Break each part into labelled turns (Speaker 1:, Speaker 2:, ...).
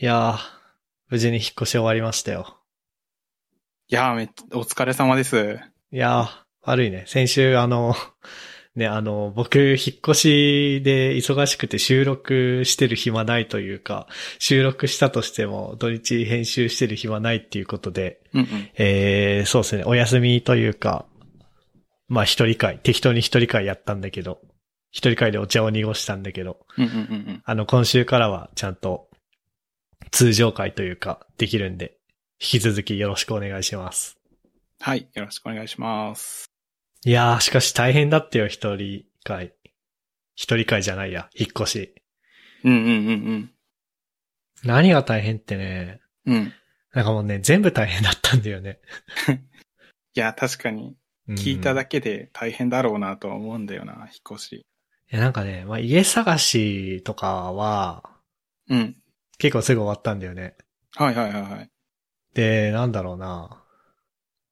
Speaker 1: いやー、無事に引っ越し終わりましたよ。
Speaker 2: いやー、めっちゃお疲れ様です。
Speaker 1: いやー、悪いね。先週、あの、ね、あの、僕、引っ越しで忙しくて収録してる暇ないというか、収録したとしても土日編集してる暇ないっていうことで、
Speaker 2: うんうん。
Speaker 1: えー、そうですね、お休みというか、まあ一人会、適当に一人会やったんだけど、一人会でお茶を濁したんだけど、
Speaker 2: うんうんうん
Speaker 1: あの、今週からはちゃんと通常会というかできるんで、引き続きよろしくお願いします。
Speaker 2: はい、よろしくお願いします。
Speaker 1: いやー、しかし大変だってよ、一人会。一人会じゃないや、引っ越し。
Speaker 2: うんうんうん
Speaker 1: 何が大変ってね、
Speaker 2: うん。うん。い
Speaker 1: なんかもうね、全部大変だったんだよね。
Speaker 2: や、確かに、
Speaker 1: うん
Speaker 2: 聞いただけで大変だろうなとは思うんだよな、引っ越し。
Speaker 1: いや、なんかね、まあ、家探しとかは、
Speaker 2: うん。
Speaker 1: 結構すぐ終わったんだよね。
Speaker 2: はいはいはいはい。
Speaker 1: で、なんだろうな。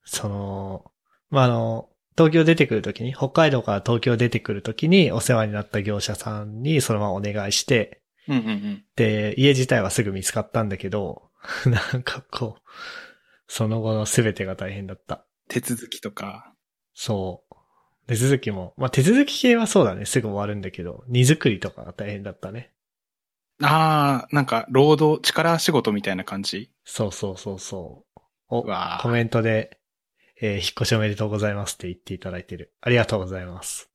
Speaker 1: その、まあ、あの、東京出てくるときに、北海道から東京出てくるときにお世話になった業者さんにそのままお願いして、
Speaker 2: うんうんうん。
Speaker 1: で、家自体はすぐ見つかったんだけど、 なんかこう、その後の全てが大変だった。
Speaker 2: 手続きとか。
Speaker 1: そう。手続きも、まあ、手続き系はそうだね、すぐ終わるんだけど、荷造りとかが大変だったね。
Speaker 2: あー、なんか、労働、力仕事みたいな感じ。
Speaker 1: そうそうそうそう。お、
Speaker 2: うわー
Speaker 1: コメントで、えー引っ越しおめでとうございますって言っていただいてる。ありがとうございます。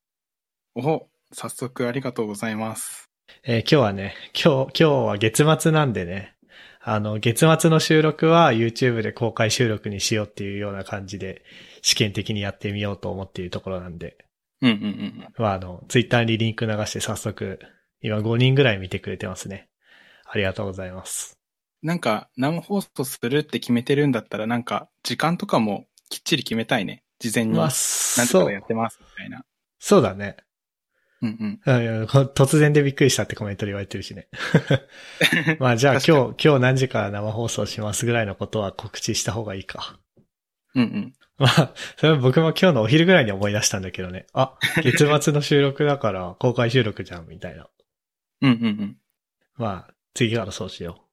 Speaker 2: お早速ありがとうございます。
Speaker 1: えー今日はね、今日、今日は月末なんでね、あの、月末の収録は YouTube で公開収録にしようっていうような感じで、試験的にやってみようと思っているところなんで、
Speaker 2: うんうんうん
Speaker 1: まあ、あの、Twitter にリンク流して早速、今5人ぐらい見てくれてますね。ありがとうございます。
Speaker 2: うん。なんか、生放送するって決めてるんだったら、なんか、時間とかもきっちり決めたいね。事前に。
Speaker 1: まあ、
Speaker 2: 何時か
Speaker 1: そ
Speaker 2: らや
Speaker 1: う
Speaker 2: っ、てます、みたいな。
Speaker 1: そうだね。
Speaker 2: うんうん。
Speaker 1: うんうんこ突然でびっくりしたってコメントで言われてるしね。まあじゃあ今日、今日何時から生放送しますぐらいのことは告知した方がいいか。
Speaker 2: うんうん。
Speaker 1: まあ、それは僕も今日のお昼ぐらいに思い出したんだけどね。あ、月末の収録だから公開収録じゃん、みたいな。
Speaker 2: うんうんうん。
Speaker 1: まあ、次からそうしよ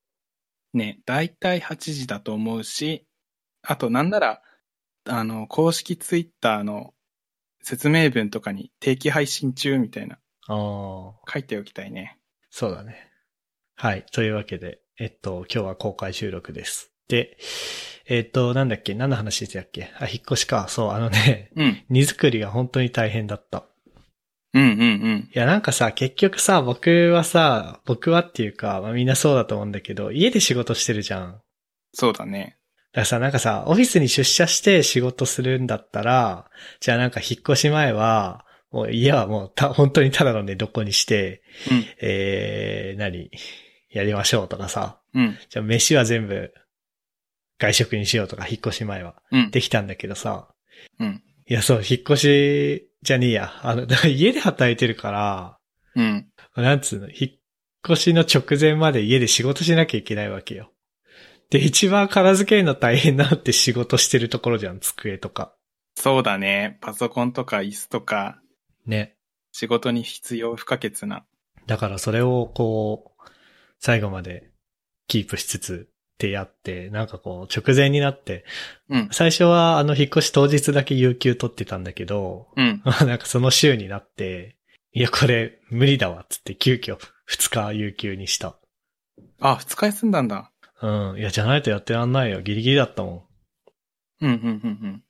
Speaker 2: ね、だいたい8時だと思うし、あとなんなら、あの、公式ツイッターの説明文とかに定期配信中みたいな
Speaker 1: う。ああ、
Speaker 2: 書いておきたいね。
Speaker 1: そうだね。はい。というわけで、えっと、今日は公開収録です。で、えっと、なんだっけ何の話してたっけあ、引っ越しか。そう、あのね、
Speaker 2: うん。
Speaker 1: 荷造りが本当に大変だった。
Speaker 2: うんうんうん。
Speaker 1: いや、なんかさ、結局さ、僕はさ、僕はっていうか、まあみんなそうだと思うんだけど、家で仕事してるじゃん。
Speaker 2: そうだね。
Speaker 1: だからさ、なんかさ、オフィスに出社して仕事するんだったら、じゃあなんか引っ越し前は、もう家はもうた、本当にただの寝床にして、えー、何やりましょうとかさ、
Speaker 2: うん。うん。
Speaker 1: じゃあ飯は全部外食にしようとか、引っ越し前は。
Speaker 2: うん。
Speaker 1: できたんだけどさ、
Speaker 2: うん。
Speaker 1: いや、そう、引っ越しじゃねえや。あの、だから家で働いてるから、
Speaker 2: うん。
Speaker 1: なんつうの、引っ越しの直前まで家で仕事しなきゃいけないわけよ。で、一番片付けるの大変なのって仕事してるところじゃん、机とか。
Speaker 2: そうだね。パソコンとか椅子とか
Speaker 1: ね。
Speaker 2: 仕事に必要不可欠な。
Speaker 1: だからそれをこう、最後までキープしつつってやって、なんかこう、直前になって、
Speaker 2: うん。
Speaker 1: 最初はあの、引っ越し当日だけ有給取ってたんだけど、
Speaker 2: うん。
Speaker 1: なんかその週になって、いや、これ無理だわ、つって急遽2日有給にした。
Speaker 2: あ、二日休んだんだ。
Speaker 1: うん。いや、じゃないとやってらんないよ。ギリギリだったもん。
Speaker 2: うんうんうんうん。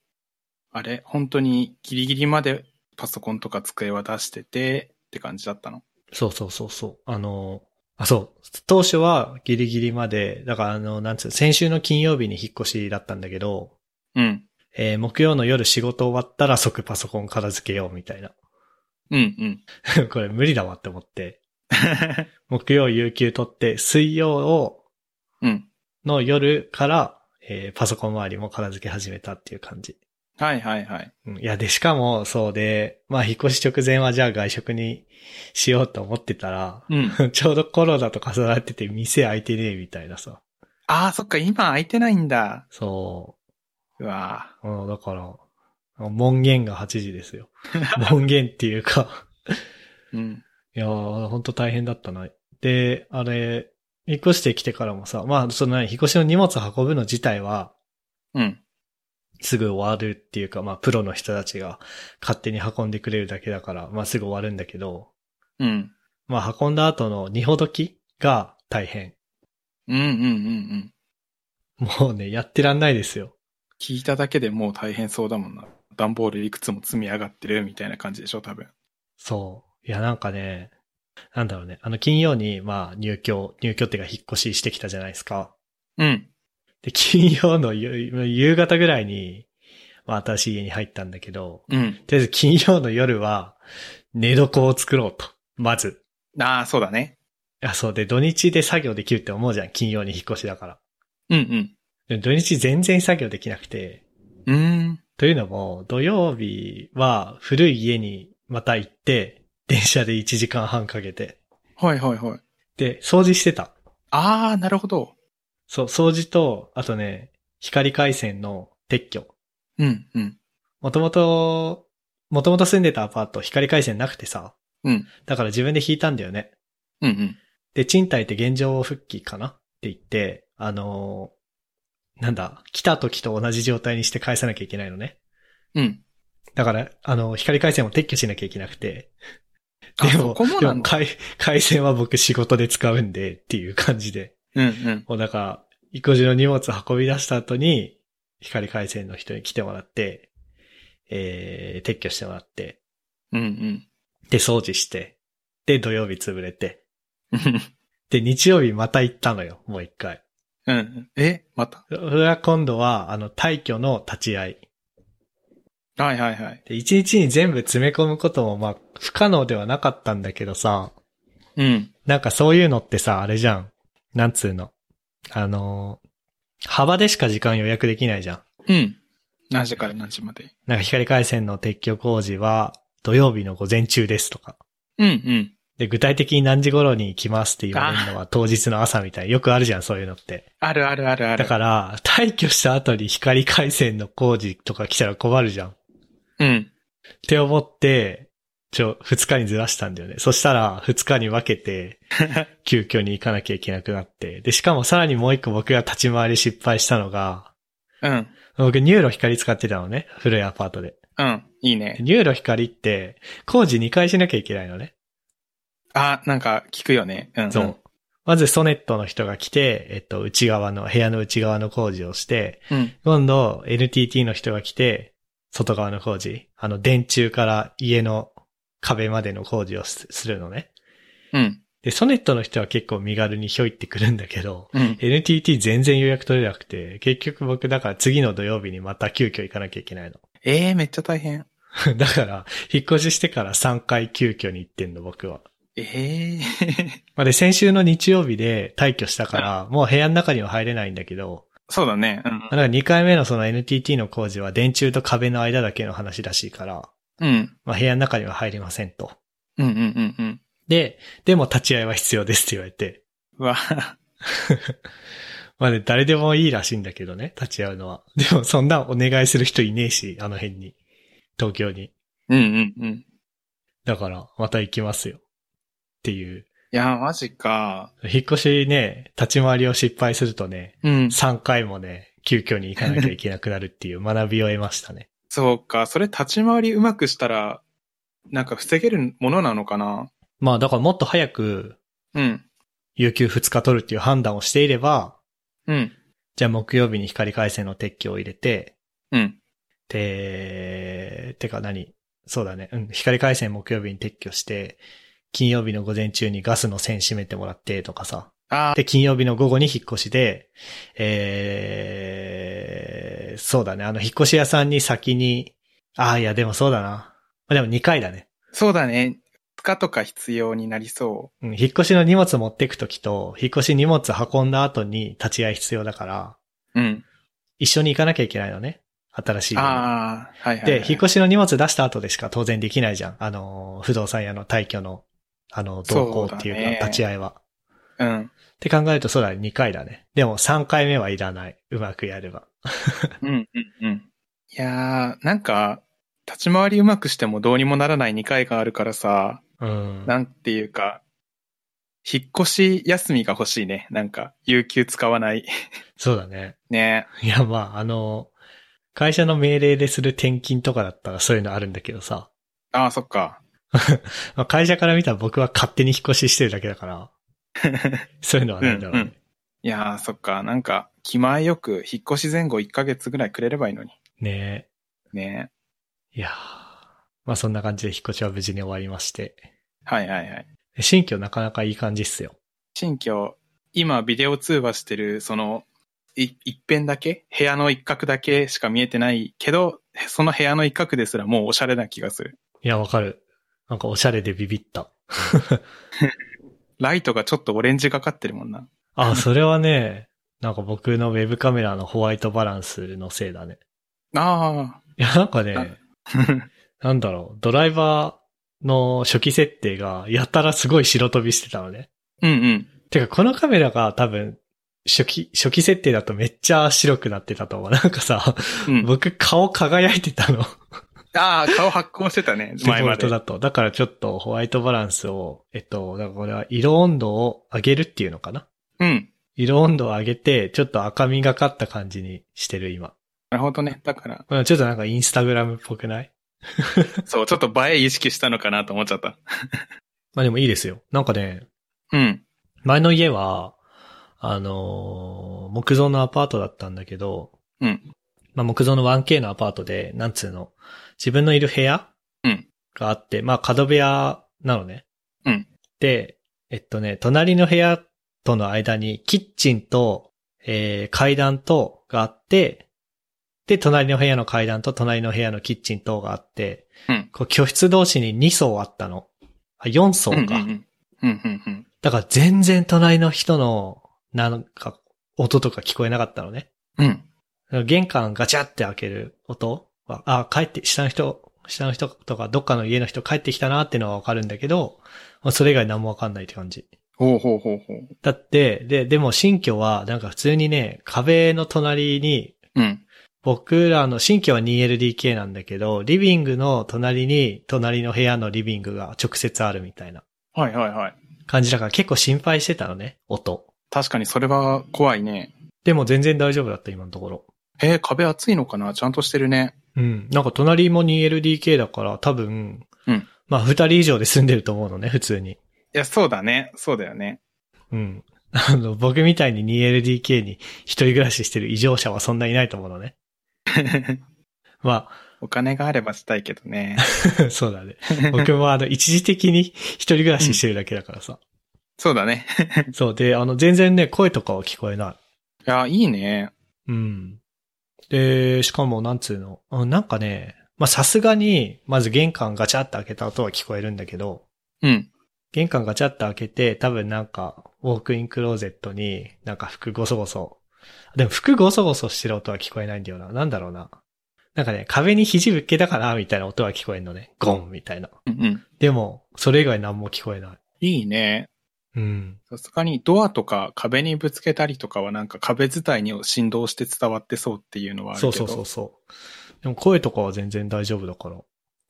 Speaker 2: あれ本当にギリギリまでパソコンとか机は出しててって感じだったの
Speaker 1: そうそうそうそう。あの、あ、そう。当初はギリギリまで、だからあの、なんつう、先週の金曜日に引っ越しだったんだけど、
Speaker 2: うん。
Speaker 1: えー木曜の夜仕事終わったら即パソコン片付けようみたいな。
Speaker 2: うんうん。
Speaker 1: これ無理だわって思って、 木曜有給取って、水曜を、
Speaker 2: うん。
Speaker 1: の夜から、えーパソコン周りも片付け始めたっていう感じ。
Speaker 2: はいはいはい。
Speaker 1: うんいや、で、しかも、そうで、まあ、引っ越し直前はじゃあ外食にしようと思ってたら、
Speaker 2: うん。
Speaker 1: ちょうどコロナと重なってて店開いてねえみたいなさ。
Speaker 2: ああ、そっか、今空いてないんだ。
Speaker 1: そう
Speaker 2: わ
Speaker 1: う。うんだから、門限が8時です よ。門限っていうか、
Speaker 2: ーうん。
Speaker 1: いやー、ほんと大変だったな。で、あれ、引っ越してきてからもさ、まあ、その何、引っ越しの荷物運ぶの自体は、
Speaker 2: うん。
Speaker 1: すぐ終わるっていうか、まあ、プロの人たちが勝手に運んでくれるだけだから、まあ、すぐ終わるんだけど、
Speaker 2: うん。
Speaker 1: まあ、運んだ後の荷ほどきが大変。
Speaker 2: うんうんうんうん。
Speaker 1: もうね、やってらんないですよ。
Speaker 2: 聞いただけでもう大変そうだもんな。段ボールいくつも積み上がってるみたいな感じでしょ、多分。
Speaker 1: そう。いや、なんかね、なんだろうね。あの、金曜に、まあ、入居、入居っていうか引っ越ししてきたじゃないですか。
Speaker 2: うん。
Speaker 1: で、 金曜の夕夕方ぐらいに、まあ、新しい家に入ったんだけど、
Speaker 2: うん。
Speaker 1: とりあえず金曜の夜は、寝床を作ろうと。まず。
Speaker 2: ああ、そうだね。
Speaker 1: あ、そうで、土日で作業できるって思うじゃん。金曜に引っ越しだから。
Speaker 2: うん
Speaker 1: で土日全然作業できなくて。
Speaker 2: うん。うーん。
Speaker 1: というのも、土曜日は古い家にまた行って、電車で1時間半かけて。
Speaker 2: はいはいはい。
Speaker 1: で、掃除してた。
Speaker 2: ああ、なるほど。
Speaker 1: そう、掃除と、あとね、光回線の撤去。
Speaker 2: うんうん。
Speaker 1: もともと、もともと住んでたアパート光回線なくてさ。
Speaker 2: うん。
Speaker 1: だから自分で引いたんだよね。
Speaker 2: うんうん。
Speaker 1: で、賃貸って現状復帰かなって言って、あのーなんだ、来た時と同じ状態にして返さなきゃいけないのね。
Speaker 2: うん。
Speaker 1: だから、あの、光回線も撤去しなきゃいけなくて。
Speaker 2: あ、
Speaker 1: で
Speaker 2: そ
Speaker 1: も、
Speaker 2: こも
Speaker 1: で
Speaker 2: な
Speaker 1: も
Speaker 2: の
Speaker 1: 回、回線は僕仕事で使うんでっていう感じで。
Speaker 2: うんうん。
Speaker 1: もうだから、育児の荷物運び出した後に、光回線の人に来てもらって、えー、撤去してもらって、
Speaker 2: うんうん。
Speaker 1: で、掃除して、で、土曜日潰れて、
Speaker 2: うん
Speaker 1: で、日曜日また行ったのよ、もう一回。
Speaker 2: うん。え、また
Speaker 1: それは今度は、あの、退去の立ち会い。
Speaker 2: はいはいはい。
Speaker 1: で、一日に全部詰め込むことも、まあ、不可能ではなかったんだけどさ、
Speaker 2: うん。
Speaker 1: なんかそういうのってさ、あれじゃん。なんつうの。あのー幅でしか時間予約できないじゃん。
Speaker 2: うん。何時から何時まで。
Speaker 1: なんか光回線の撤去工事は、土曜日の午前中ですとか。
Speaker 2: うんうん。
Speaker 1: で、具体的に何時頃に来ますって言われるのは当日の朝みたい。よくあるじゃん、そういうのって。
Speaker 2: あるあるあるある。
Speaker 1: だから、退去した後に光回線の工事とか来たら困るじゃん。
Speaker 2: うん。
Speaker 1: って思って、ちょ、二日にずらしたんだよね。そしたら、二日に分け て、急遽に行かなきゃいけなくなって。で、しかもさらにもう一個僕が立ち回り失敗したのが、
Speaker 2: うん。
Speaker 1: 僕ニューロ光使ってたのね。古いアパートで。
Speaker 2: うん。いいね。
Speaker 1: ニューロ光って、工事2回しなきゃいけないのね。
Speaker 2: あ、なんか聞くよね。うん、うん。
Speaker 1: そう。。まずソネットの人が来て、えっと、内側の、部屋の内側の工事をして、
Speaker 2: うん。
Speaker 1: 今度 NTT の人が来て、外側の工事、あの、電柱から家の壁までの工事をすするのね。
Speaker 2: うん。
Speaker 1: で、ソネットの人は結構身軽にひょいってくるんだけど、
Speaker 2: うん。
Speaker 1: NTT 全然予約取れなくて、結局僕だから次の土曜日にまた急遽行かなきゃいけないの。
Speaker 2: ええー、めっちゃ大変。
Speaker 1: だから、引っ越ししてから3回急遽に行ってんの僕は。
Speaker 2: ええー。
Speaker 1: まあで、先週の日曜日で退去したから、もう部屋の中には入れないんだけど、
Speaker 2: そうだね。うん
Speaker 1: だ。から2回目のその NTT の工事は電柱と壁の間だけの話らしいから、
Speaker 2: うん。
Speaker 1: まあ部屋の中には入りませんと。
Speaker 2: うんうんうんうん。
Speaker 1: で、でも立ち会いは必要ですって言われて。
Speaker 2: うわ、
Speaker 1: まあね、誰でもいいらしいんだけどね、立ち会うのは。でもそんなお願いする人いねえし、あの辺に。東京に。
Speaker 2: うんうんうん。い
Speaker 1: だから、また行きますよ。っていう。
Speaker 2: や、マジか。
Speaker 1: 引っ越しね、立ち回りを失敗するとね、
Speaker 2: うん。
Speaker 1: 3回もね、急遽に行かなきゃいけなくなるっていう学びを得ましたね。
Speaker 2: そうか。それ立ち回りうまくしたら、なんか防げるものなのかな
Speaker 1: まあだからもっと早く、
Speaker 2: うん。
Speaker 1: 有給2日取るっていう判断をしていれば、
Speaker 2: うん。
Speaker 1: じゃあ木曜日に光回線の撤去を入れて、
Speaker 2: うん。
Speaker 1: で、てか何そうだね。うん。光回線木曜日に撤去して、金曜日の午前中にガスの線閉めてもらってとかさ。
Speaker 2: あ
Speaker 1: で、金曜日の午後に引っ越しで、えー、そうだね。あの、引っ越し屋さんに先に、ああ、いや、でもそうだな。まあでも2回だね。
Speaker 2: そうだね。負荷とか必要になりそ
Speaker 1: うん。引っ越しの荷物持ってくときと、引っ越し荷物運んだ後に立ち会い必要だから、
Speaker 2: う。うん。
Speaker 1: 一緒に行かなきゃいけないのね。新しい家に。
Speaker 2: ああ、はいはい、は
Speaker 1: で
Speaker 2: い。、
Speaker 1: 引っ越しの荷物出した後でしか当然できないじゃん。あのー、不動産屋の退去の、あの、動向っていう
Speaker 2: そうだね
Speaker 1: か、立ち会いは。
Speaker 2: うん。
Speaker 1: って考えるとそうだね、2回だね。でも3回目はいらない。うまくやれば。
Speaker 2: うんうんうん。いやー、なんか、立ち回りうまくしてもどうにもならない2回があるからさ、
Speaker 1: うん。
Speaker 2: なんていうか、引っ越し休みが欲しいね。なんか、有給使わない。
Speaker 1: そうだね。
Speaker 2: ね
Speaker 1: いや、まあ、あの、会社の命令でする転勤とかだったらそういうのあるんだけどさ。
Speaker 2: ああ、そっか。
Speaker 1: まあ、会社から見たら僕は勝手に引っ越ししてるだけだ から、そういうのはないんだろうね。
Speaker 2: うんうんいやー、そっか。なんか、気前よく、引っ越し前後1ヶ月ぐらいくれればいいのに。
Speaker 1: ね
Speaker 2: ね
Speaker 1: え。いやーまあそんな感じで引っ越しは無事に終わりまして。
Speaker 2: はいはいはい。
Speaker 1: で新居なかなかいい感じっすよ。
Speaker 2: 新居、今ビデオ通話してる、その、い一辺だけ部屋の一角だけしか見えてないけど、その部屋の一角ですらもうおしゃれな気がする。
Speaker 1: いや、わかる。なんかおしゃれでビビった。
Speaker 2: ライトがちょっとオレンジがかってるもんな。
Speaker 1: あ、それはね、なんか僕のウェブカメラのホワイトバランスのせいだね。
Speaker 2: あ
Speaker 1: いや、なんかね、
Speaker 2: あ。
Speaker 1: なんだろう、ドライバーの初期設定がやたらすごい白飛びしてたのね。
Speaker 2: うんうん。
Speaker 1: てか、このカメラが多分、初期、初期設定だとめっちゃ白くなってたと思う。なんか さ、
Speaker 2: うん、
Speaker 1: 僕顔輝いてたの。
Speaker 2: ああ、顔発光して たね、
Speaker 1: デ
Speaker 2: 前
Speaker 1: フォ
Speaker 2: ま
Speaker 1: ルト
Speaker 2: で。
Speaker 1: だと。だからちょっとホワイトバランスを、えっと、だからこれは色温度を上げるっていうのかな
Speaker 2: うん。
Speaker 1: 色温度を上げて、ちょっと赤みがかった感じにしてる今。
Speaker 2: なるほどね。だから、
Speaker 1: うんちょっとなんかインスタグラムっぽくない
Speaker 2: そう、ちょっと映え意識したのかなと思っちゃった。
Speaker 1: まあでもいいですよ。なんかね、
Speaker 2: うん。
Speaker 1: 前の家は、あのー木造のアパートだったんだけど、
Speaker 2: うん。
Speaker 1: まあ木造の 1K のアパートで、なんつうの、自分のいる部屋
Speaker 2: うん
Speaker 1: があって、まあ角部屋なのね。
Speaker 2: うん
Speaker 1: で、えっとね、隣の部屋との間にキッチンと、えー階段とがあって、で、隣の部屋の階段と隣の部屋のキッチンとがあって、
Speaker 2: うん
Speaker 1: こう居室同士に2層あったの。あ、4層か。
Speaker 2: んんうん。うんうんうん。
Speaker 1: だから全然隣の人の、なんか、音とか聞こえなかったのね。
Speaker 2: うん。
Speaker 1: 玄関ガチャって開ける音は、あ、帰って、下の人、下の人とか、どっかの家の人帰ってきたなってのはわかるんだけど、まあそれ以外何もわかんないって感じ。
Speaker 2: ほうほうほうほう。
Speaker 1: だって、で、でも新居は、なんか普通にね、壁の隣に、
Speaker 2: うん。
Speaker 1: 僕らの新居は 2LDK なんだけど、リビングの隣に、隣の部屋のリビングが直接あるみたいな
Speaker 2: はいはいはい。
Speaker 1: 感じだから結構心配してたのね、音。
Speaker 2: 確かにそれは怖いね。
Speaker 1: でも全然大丈夫だった、今のところ。
Speaker 2: えー、壁厚いのかなちゃんとしてるね。
Speaker 1: うん。なんか隣も 2LDK だから多分、
Speaker 2: うん
Speaker 1: まあ二人以上で住んでると思うのね、普通に。
Speaker 2: いや、そうだね。そうだよね。
Speaker 1: うん。あの、僕みたいに 2LDK に一人暮らししてる異常者はそんないないと思う のね。ま
Speaker 2: お金があればしたいけどね。
Speaker 1: あ、 そうだね。僕もあの、一時的に一人暮らししてるだけだからさ。
Speaker 2: そうだね。
Speaker 1: そうで、あの、全然ね、声とかは聞こえない。
Speaker 2: いや、いいね。
Speaker 1: うん。で、しかも、なんつうの。うんなんかね、まあさすがに、まず玄関ガチャって開けた音は聞こえるんだけど、
Speaker 2: うん。
Speaker 1: 玄関ガチャって開けて、多分なんか、ウォークインクローゼットに、なんか服ごそごそ。でも服ごそごそしてる音は聞こえないんだよな。なんだろうな。なんかね、壁に肘ぶっけたかなみたいな音は聞こえんのね。ゴンみたいな。
Speaker 2: うんうん。
Speaker 1: でも、それ以外何も聞こえない。
Speaker 2: いいね。
Speaker 1: うん。
Speaker 2: さすがにドアとか壁にぶつけたりとかはなんか壁伝いに振動して伝わってそうっていうのはあるけ
Speaker 1: そ
Speaker 2: ど。
Speaker 1: うそうそうそう。でも声とかは全然大丈夫だから、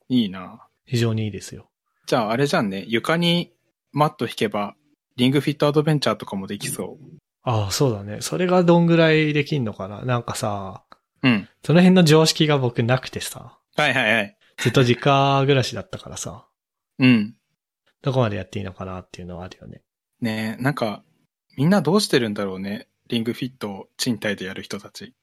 Speaker 2: いいな。
Speaker 1: 非常にいいですよ。
Speaker 2: じゃああれじゃんね。床にマット引けば、リングフィットアドベンチャーとかもできそ
Speaker 1: ああ、そうだね。それがどんぐらいできんのかななんかさ、
Speaker 2: う。うん。
Speaker 1: その辺の常識が僕なくてさ、
Speaker 2: はいはいはい。
Speaker 1: ずっと実家暮らしだったからさ。
Speaker 2: うん。
Speaker 1: どこまでやっていいのかなっていうのはあるよね。
Speaker 2: ねえ、なんか、みんなどうしてるんだろうね。リングフィットを賃貸でやる人たち。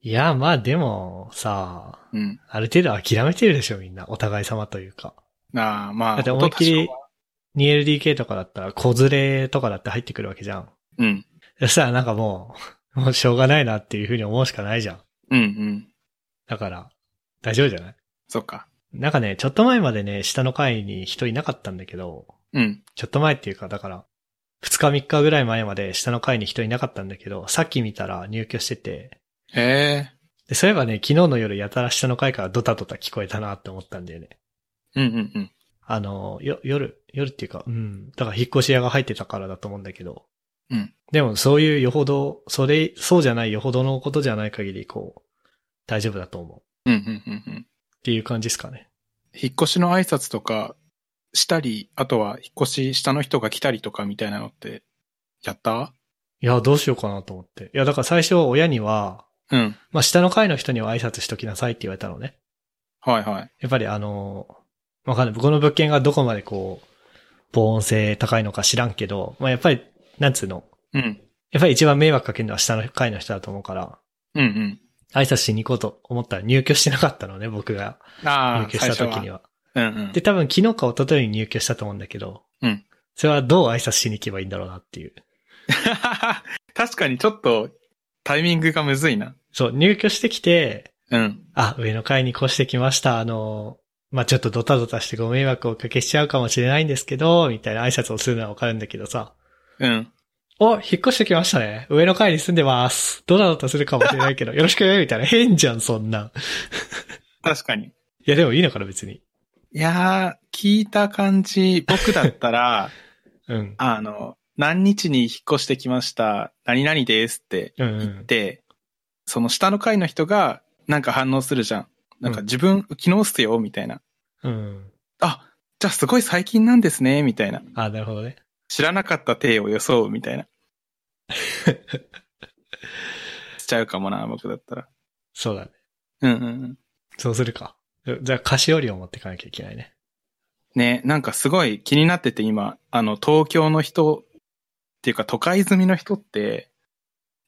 Speaker 1: いや、まあでも、さ、
Speaker 2: うん。
Speaker 1: ある程度諦めてるでしょ、みんな。お互い様というか。
Speaker 2: ああ、ま
Speaker 1: だ
Speaker 2: あ、
Speaker 1: って思いっきり
Speaker 2: 音多少は
Speaker 1: 2LDK とかだったら、子連れとかだって入ってくるわけじゃん。
Speaker 2: うん。
Speaker 1: そしたらなんかもう、 もうしょうがないなっていうふうに思うしかないじゃん。
Speaker 2: うんうん。
Speaker 1: だから、大丈夫じゃない
Speaker 2: そっか。
Speaker 1: なんかね、ちょっと前までね、下の階に人いなかったんだけど、
Speaker 2: うん。
Speaker 1: ちょっと前っていうか、だから、2日3日ぐらい前まで下の階に人いなかったんだけど、さっき見たら入居してて、
Speaker 2: へ
Speaker 1: で、そういえばね、昨日の夜やたら下の階からドタドタ聞こえたなって思ったんだよね。
Speaker 2: え。うんうんうん。
Speaker 1: あの、よ、夜、夜っていうか、うん。だから引っ越し屋が入ってたからだと思うんだけど。
Speaker 2: うん。
Speaker 1: でもそういうよほど、それ、そうじゃないよほどのことじゃない限り、こう、大丈夫だと思う。っ
Speaker 2: うんうんうんうん。
Speaker 1: ていう感じですかね。
Speaker 2: 引っ越しの挨拶とかしたり、あとは引っ越し下の人が来たりとかみたいなのって、やった
Speaker 1: いや、どうしようかなと思って。いや、だから最初親には、
Speaker 2: うん。
Speaker 1: まあ、下の階の人には挨拶しときなさいって言われたのね。
Speaker 2: はいはい。
Speaker 1: やっぱりあの、わかんない。この物件がどこまでこう、防音性高いのか知らんけど、まあ、やっぱり、なんつうの。
Speaker 2: うん。
Speaker 1: やっぱり一番迷惑かけるのは下の階の人だと思うから、
Speaker 2: うんうん。
Speaker 1: 挨拶しに行こうと思ったら入居してなかったのね、僕が入
Speaker 2: ああ、
Speaker 1: 居した
Speaker 2: 最初
Speaker 1: 時には。
Speaker 2: は。うんうん
Speaker 1: で、。多分昨日か一昨日に入居したと思うんだけど、
Speaker 2: うん
Speaker 1: それはどう挨拶しに行けばいいんだろうなっていう。
Speaker 2: 確かにちょっとタイミングがむずいな。
Speaker 1: そう、入居してきて、
Speaker 2: うん。
Speaker 1: あ、上の階に越してきました。あの、まあ、ちょっとドタドタしてご迷惑をおかけしちゃうかもしれないんですけど、みたいな挨拶をするのはわかるんだけどさ。
Speaker 2: うん。
Speaker 1: お、引っ越してきましたね。上の階に住んでます。ドタドタするかもしれないけど、よろしくね、みたいな。変じゃん、そんなん。
Speaker 2: 確かに。
Speaker 1: いや、でもいいのかな、別に。
Speaker 2: いやー、聞いた感じ、僕だったら、
Speaker 1: うん。
Speaker 2: あの、何日に引っ越してきました、何々ですって
Speaker 1: うん、う
Speaker 2: 言っ
Speaker 1: ん。
Speaker 2: て、その下の階の人がなんか反応するじゃん。なん
Speaker 1: う
Speaker 2: か
Speaker 1: ん
Speaker 2: 自分、昨日っすよ、みたいな。
Speaker 1: うん。
Speaker 2: あ、じゃあすごい最近なんですね、みたいな。
Speaker 1: あ、なるほどね。
Speaker 2: 知らなかった体を装うみたいな。しちゃうかもな、僕だったら。
Speaker 1: そうだね。
Speaker 2: うんうんうん。
Speaker 1: そうするか。じゃあ、菓子折りを持っていかなきゃいけないね。
Speaker 2: ね、なんかすごい気になってて今、あの、東京の人っていうか都会済みの人って、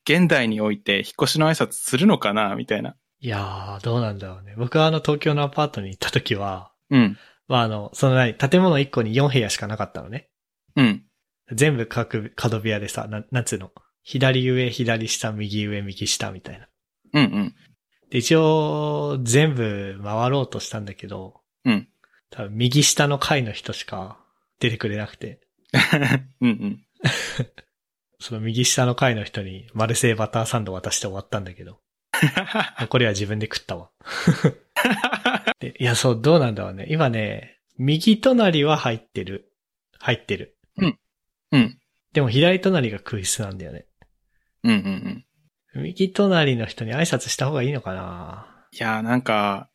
Speaker 2: 現代において引っ越しの挨拶するのかな、みたいな。
Speaker 1: いやー、どうなんだろうね。僕はあの、東京のアパートに行った時は、
Speaker 2: うん、
Speaker 1: まあ、あの、その何、建物1個に4部屋しかなかったのね。
Speaker 2: うん、
Speaker 1: 全部各角部屋でさ、なん、なんつうの。左上、左下、右上、右下みたいな。
Speaker 2: うん、うん。
Speaker 1: で、一応、全部回ろうとしたんだけど、
Speaker 2: うん。
Speaker 1: 多分、右下の階の人しか出てくれなくて、
Speaker 2: うん、うん。
Speaker 1: その右下の階の人にマルセイバターサンド渡して終わったんだけど、残りは自分で食ったわ。 でいや、そう、どうなんだろうね。今ね、右隣は入ってる。入ってる。
Speaker 2: うん、
Speaker 1: でも、左隣が空室なんだよね。
Speaker 2: うん、うん、うん。
Speaker 1: 右隣の人に挨拶した方がいいのかない
Speaker 2: やー、なんか、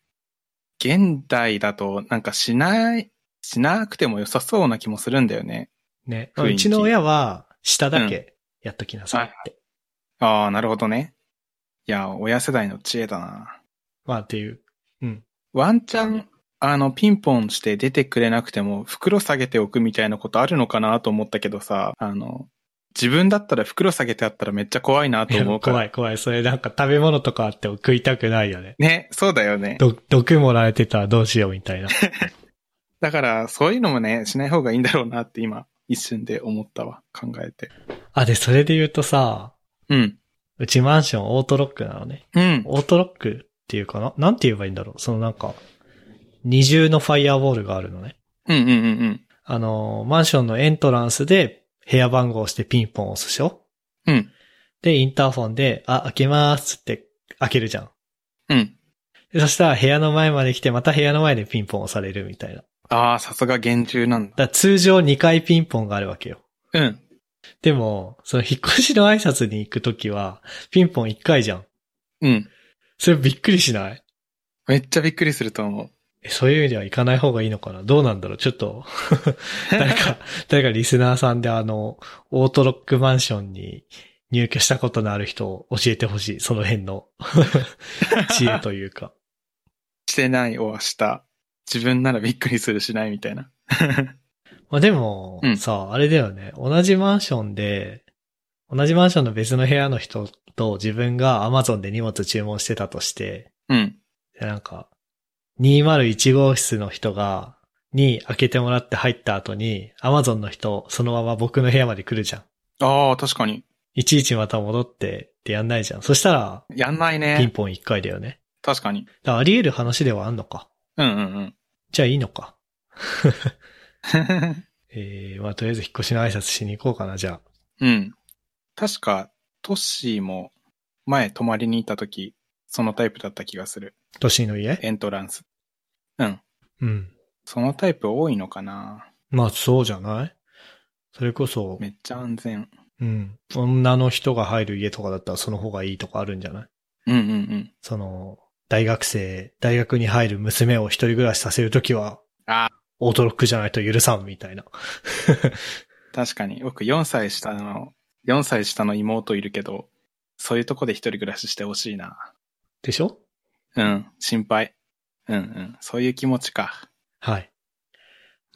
Speaker 2: 現代だとなんかしない、しなくても良さそうな気もするんだよね。
Speaker 1: ね。
Speaker 2: 雰
Speaker 1: う
Speaker 2: 囲気
Speaker 1: ちの親は、下だけやっときなさいって。
Speaker 2: ああ、なるほどね。いや、親世代の知恵だな。
Speaker 1: まあっていう。
Speaker 2: ワンチャン、あの、ピンポンして出てくれなくても、袋下げておくみたいなことあるのかなと思ったけどさ、あの、自分だったら袋下げてあったらめっちゃ怖いなと思うから。
Speaker 1: 怖い怖い。それなんか食べ物とかあっても食いたくないよね。
Speaker 2: ね、そうだよね。
Speaker 1: ど、毒もらえてたらどうしようみたい な。
Speaker 2: だから、そういうのもね、しない方がいいんだろうなって今、一瞬で思ったわ。考えて。
Speaker 1: あ、で、それで言うとさ、
Speaker 2: うん。
Speaker 1: うちマンションオートロックなのね。
Speaker 2: うん。
Speaker 1: オートロックっていうかななんて言えばいいんだろうそのなんか、二重のファイアウォールがあるのね。
Speaker 2: うんうんうんうん。
Speaker 1: あの、マンションのエントランスで部屋番号を押してピンポン押すでしょ
Speaker 2: うん。
Speaker 1: で、インターフォンで、あ、開けますって開けるじゃん。
Speaker 2: うん。
Speaker 1: でそしたら部屋の前まで来て、また部屋の前でピンポン押されるみたいな。だか
Speaker 2: ああ、さすが厳重なんだ。
Speaker 1: ら通常2回ピンポンがあるわけよ。
Speaker 2: うん。
Speaker 1: でも、その引っ越しの挨拶に行くときは、ピンポン1回じゃん。
Speaker 2: うん。
Speaker 1: それびっくりしない
Speaker 2: めっちゃびっくりすると思う。
Speaker 1: えそういう意味では行かない方がいいのかなどうなんだろうちょっ と、誰か、誰かリスナーさんであの、オートロックマンションに入居したことのある人を教えてほしい。その辺 の知恵というか。
Speaker 2: してないをした。自分ならびっくりするしないみたいな。
Speaker 1: まあでも、
Speaker 2: うん
Speaker 1: さ、あれだよね。同じマンションで、同じマンションの別の部屋の人と自分が Amazon で荷物注文してたとして、
Speaker 2: うん。
Speaker 1: でなんか、201号室の人が、に開けてもらって入った後に、Amazon の人、そのまま僕の部屋まで来るじゃん。
Speaker 2: ああ、確かに。
Speaker 1: いちいちまた戻ってってやんないじゃん。そしたら、
Speaker 2: やんない
Speaker 1: ピン
Speaker 2: ね。
Speaker 1: ポン1回だよね。
Speaker 2: 確かに。
Speaker 1: だからあり得る話ではあんのか。
Speaker 2: うんうん
Speaker 1: じゃあいいのか。
Speaker 2: うん。
Speaker 1: えー、まあとりあえず引っ越しの挨拶しに行こうかな、じゃあ。
Speaker 2: うん。確か、トッシーも前泊まりに行った時、そのタイプだった気がする。
Speaker 1: 年の家
Speaker 2: エントランス。
Speaker 1: うん。
Speaker 2: そのタイプ多いのかな
Speaker 1: まあそうじゃないそれこそ、
Speaker 2: めっちゃ安全。
Speaker 1: うん。女の人が入る家とかだったらその方がいいとかあるんじゃない
Speaker 2: うんうんうん。
Speaker 1: その、大学生、大学に入る娘を一人暮らしさせるときは、
Speaker 2: あ
Speaker 1: 驚くじゃないと許さんみたいな。
Speaker 2: 確かに。僕4歳下の、4歳下の妹いるけど、そういうとこで一人暮らししてほしいな。
Speaker 1: でしょ
Speaker 2: うん、心配。うんうん、そういう気持ちか。
Speaker 1: はい。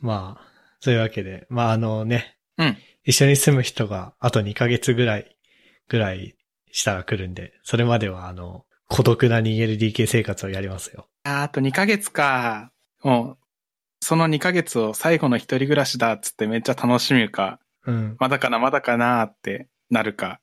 Speaker 1: まあ、そういうわけで、まああのね、
Speaker 2: うん
Speaker 1: 一緒に住む人があと2ヶ月ぐらい、ぐらいしたら来るんで、それまではあの、孤独な 2LDK 生活をやりますよ。
Speaker 2: あーあと2ヶ月か。もう、その2ヶ月を最後の一人暮らしだっつってめっちゃ楽しみか、
Speaker 1: うん。
Speaker 2: まだかなまだかなーってなるか、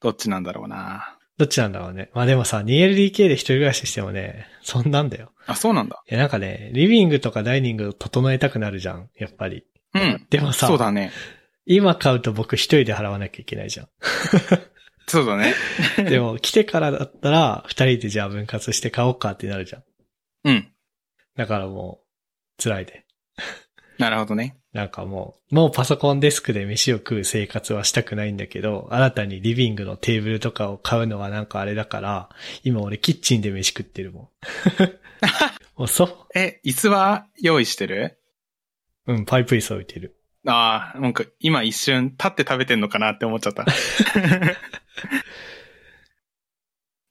Speaker 2: どっちなんだろうな。
Speaker 1: どっちなんだろうね。まあでもさ、2LDK で一人暮らししてもね、そんなんだよ。
Speaker 2: あ、そうなんだ。
Speaker 1: いやなんかね、リビングとかダイニングを整えたくなるじゃん、やっぱり。
Speaker 2: うん。
Speaker 1: でもさ
Speaker 2: そうだね。
Speaker 1: 今買うと僕一人で払わなきゃいけないじゃ
Speaker 2: そうだね。
Speaker 1: ん。でも来てからだったら、二人でじゃあ分割して買おうかってなるじゃん。
Speaker 2: うん。
Speaker 1: だからもう、辛いで。
Speaker 2: なるほどね。
Speaker 1: なんかもう、もうパソコンデスクで飯を食う生活はしたくないんだけど、新たにリビングのテーブルとかを買うのはなんかあれだから、今俺キッチンで飯食ってるもん。 もうそ
Speaker 2: え、椅子は用意してる
Speaker 1: う。うん、パイプ椅子置いてる。
Speaker 2: ああ、なんか今一瞬立って食べてんのかなって思っちゃった。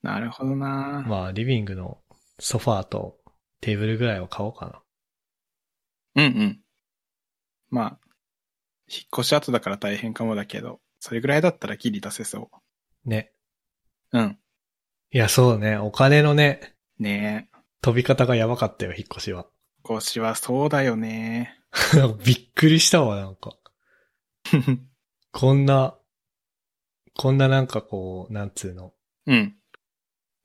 Speaker 2: なるほどな、
Speaker 1: まあ、リビングのソファーとテーブルぐらいを買おうかな。
Speaker 2: うんうん。まあ、引っ越し後だから大変かもだけど、それぐらいだったらギリ出せそ
Speaker 1: ね。
Speaker 2: う。うん。
Speaker 1: いや、そうね。お金のね、
Speaker 2: ねえ。
Speaker 1: 飛び方がやばかったよ、引っ越しは。
Speaker 2: 引っ越しはそうだよね。
Speaker 1: びっくりしたわ、なんか。 こんな、こんななんかこう、なんつうの。
Speaker 2: うん。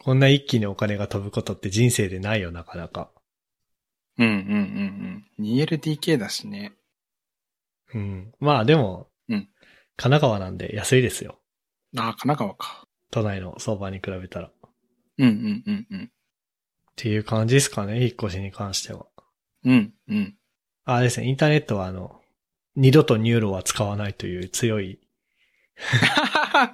Speaker 1: こんな一気にお金が飛ぶことって人生でないよ、なかなか。
Speaker 2: うんうんうんうん。2LDK だしね。
Speaker 1: うん。まあでも、
Speaker 2: うん
Speaker 1: 神奈川なんで安いですよ。
Speaker 2: ああ、神奈川か。
Speaker 1: 都内の相場に比べたら。っ
Speaker 2: うんうんうんうん。
Speaker 1: ていう感じですかね、引っ越しに関しては。
Speaker 2: うん うん。
Speaker 1: あれですね、インターネットはあの、二度とニューロは使わないという強い、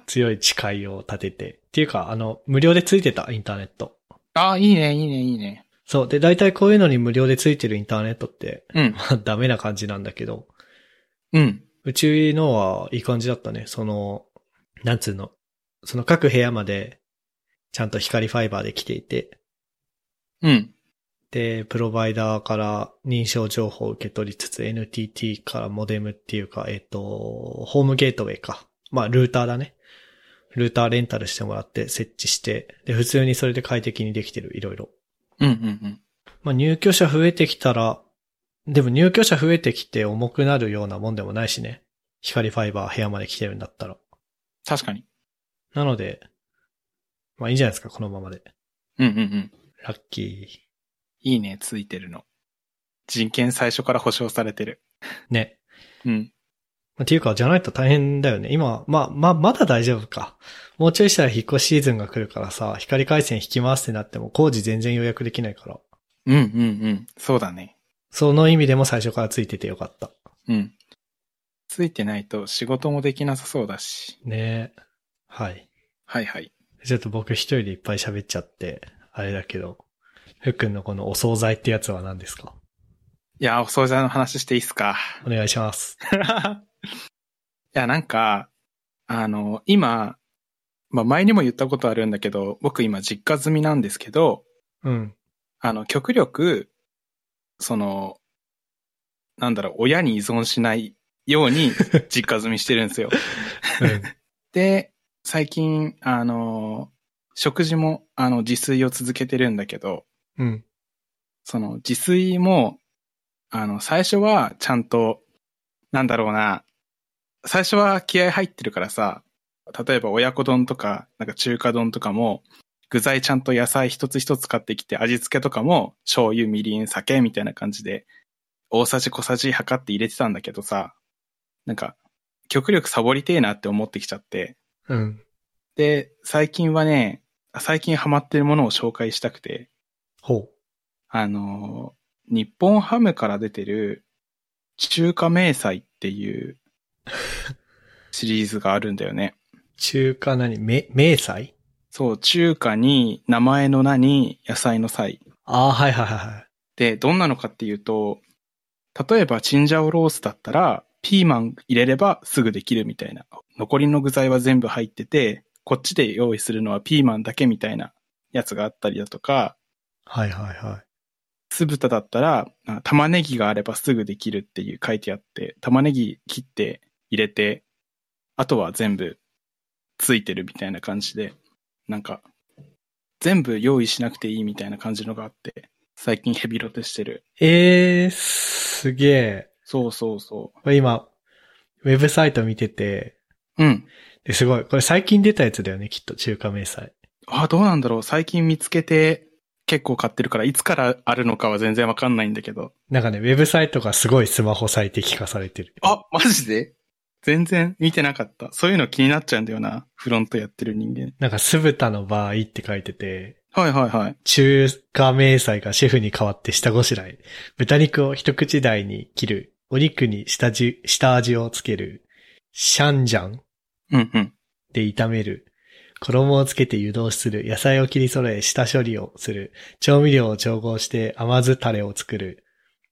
Speaker 1: 強い誓いを立てて。っていうか、あの、無料でついてた、インターネット。
Speaker 2: ああ、いいね、いいね、いいね。
Speaker 1: そう。で、大体こういうのに無料でついてるインターネットって、
Speaker 2: うん。
Speaker 1: まあ、ダメな感じなんだけど、
Speaker 2: うん。
Speaker 1: うちのはいい感じだったね。その、なんつうの。その各部屋まで、ちゃんと光ファイバーで来ていて、
Speaker 2: うん。
Speaker 1: で、プロバイダーから認証情報を受け取りつつ、NTT からモデムっていうか、えっ、と、ホームゲートウェイか。まあ、ルーターだね。ルーターレンタルしてもらって設置して、で、普通にそれで快適にできてる、いろいろ。
Speaker 2: うんうん
Speaker 1: まあ、入居者増えてきたら、でも入居者増えてきて重くなるようなもんでもないしね。光ファイバー部屋まで来てるんだったら。
Speaker 2: 確かに。
Speaker 1: なので、まあいいんじゃないですか、このままで。
Speaker 2: うんうんうん。
Speaker 1: ラッキ
Speaker 2: いいね、ついてるの。人権最初から保障されてる。
Speaker 1: ー。ね。
Speaker 2: うん。
Speaker 1: まあっていうか、じゃないと大変だよね。今、まあ、まあ、まだ大丈夫か。もうちょいしたら引っ越しシーズンが来るからさ、光回線引きますってなっても工事全然予約できないから。
Speaker 2: うんうんうん。そうだね。
Speaker 1: その意味でも最初からついててよかった。
Speaker 2: うん。ついてないと仕事もできなさそうだし。
Speaker 1: ねえ。はい。
Speaker 2: はいはい。
Speaker 1: ちょっと僕一人でいっぱい喋っちゃって、あれだけど、ふっくんのこのお惣菜ってやつは何ですか
Speaker 2: いや、お惣菜の話していいっすか。
Speaker 1: お願いします。
Speaker 2: いや、なんか、あの、今、まあ、前にも言ったことあるんだけど、僕今実家済みなんですけど、
Speaker 1: うん。
Speaker 2: あの、極力、その、なんだろう、親に依存しないように実家済みしてるんですよ。
Speaker 1: うん。
Speaker 2: で、最近、あの、食事も、あの、自炊を続けてるんだけど、
Speaker 1: うん。
Speaker 2: その、自炊も、あの、最初はちゃんと、なんだろうな、最初は気合入ってるからさ、例えば親子丼とか、なんか中華丼とかも、具材ちゃんと野菜一つ一つ買ってきて、味付けとかも、醤油、みりん、酒みたいな感じで、大さじ小さじ測って入れてたんだけどさ、なんか、極力サボりてえなって思ってきちゃって、
Speaker 1: うん。
Speaker 2: で、最近はね、最近ハマってるものを紹介したくて、
Speaker 1: ほ
Speaker 2: あの、日本ハムから出てる中華迷彩っていうシリーズがあるんだよね。
Speaker 1: う。中華何め、迷彩
Speaker 2: そう、中華に名前の名に野菜の菜。
Speaker 1: ああ、はいはいはいはい。
Speaker 2: で、どんなのかっていうと、例えば、チンジャオロースだったら、ピーマン入れればすぐできるみたいな。残りの具材は全部入ってて、こっちで用意するのはピーマンだけみたいなやつがあったりだとか、
Speaker 1: はいはいはい。
Speaker 2: 酢豚だったら、あ玉ねぎがあればすぐできるっていう書いてあって、玉ねぎ切って入れて、あとは全部ついてるみたいな感じで、なんか、全部用意しなくていいみたいな感じのがあって、最近ヘビロテしてる。
Speaker 1: えー、すげえ。
Speaker 2: そうそうそ
Speaker 1: これ今、ウェブサイト見てて、
Speaker 2: う。うん。
Speaker 1: ですごい。これ最近出たやつだよね、きっと、中華明細。
Speaker 2: あ、どうなんだろう。最近見つけて結構買ってるから、いつからあるのかは全然わかんないんだけど。
Speaker 1: なんかね、ウェブサイトがすごいスマホ最適化されてる。
Speaker 2: あ、マジで全然見てなかった。そういうの気になっちゃうんだよな。フロントやってる人間。
Speaker 1: なんか、酢豚の場合って書いてて、
Speaker 2: はいはいはい。
Speaker 1: 中華明細がシェフに代わって下ごしらえ。豚肉を一口大に切る。お肉に下地、下味をつける。シャンジャン
Speaker 2: うんうん。
Speaker 1: で炒める。衣をつけて湯通しする。野菜を切り揃え、下処理をする。調味料を調合して甘酢タレを作る。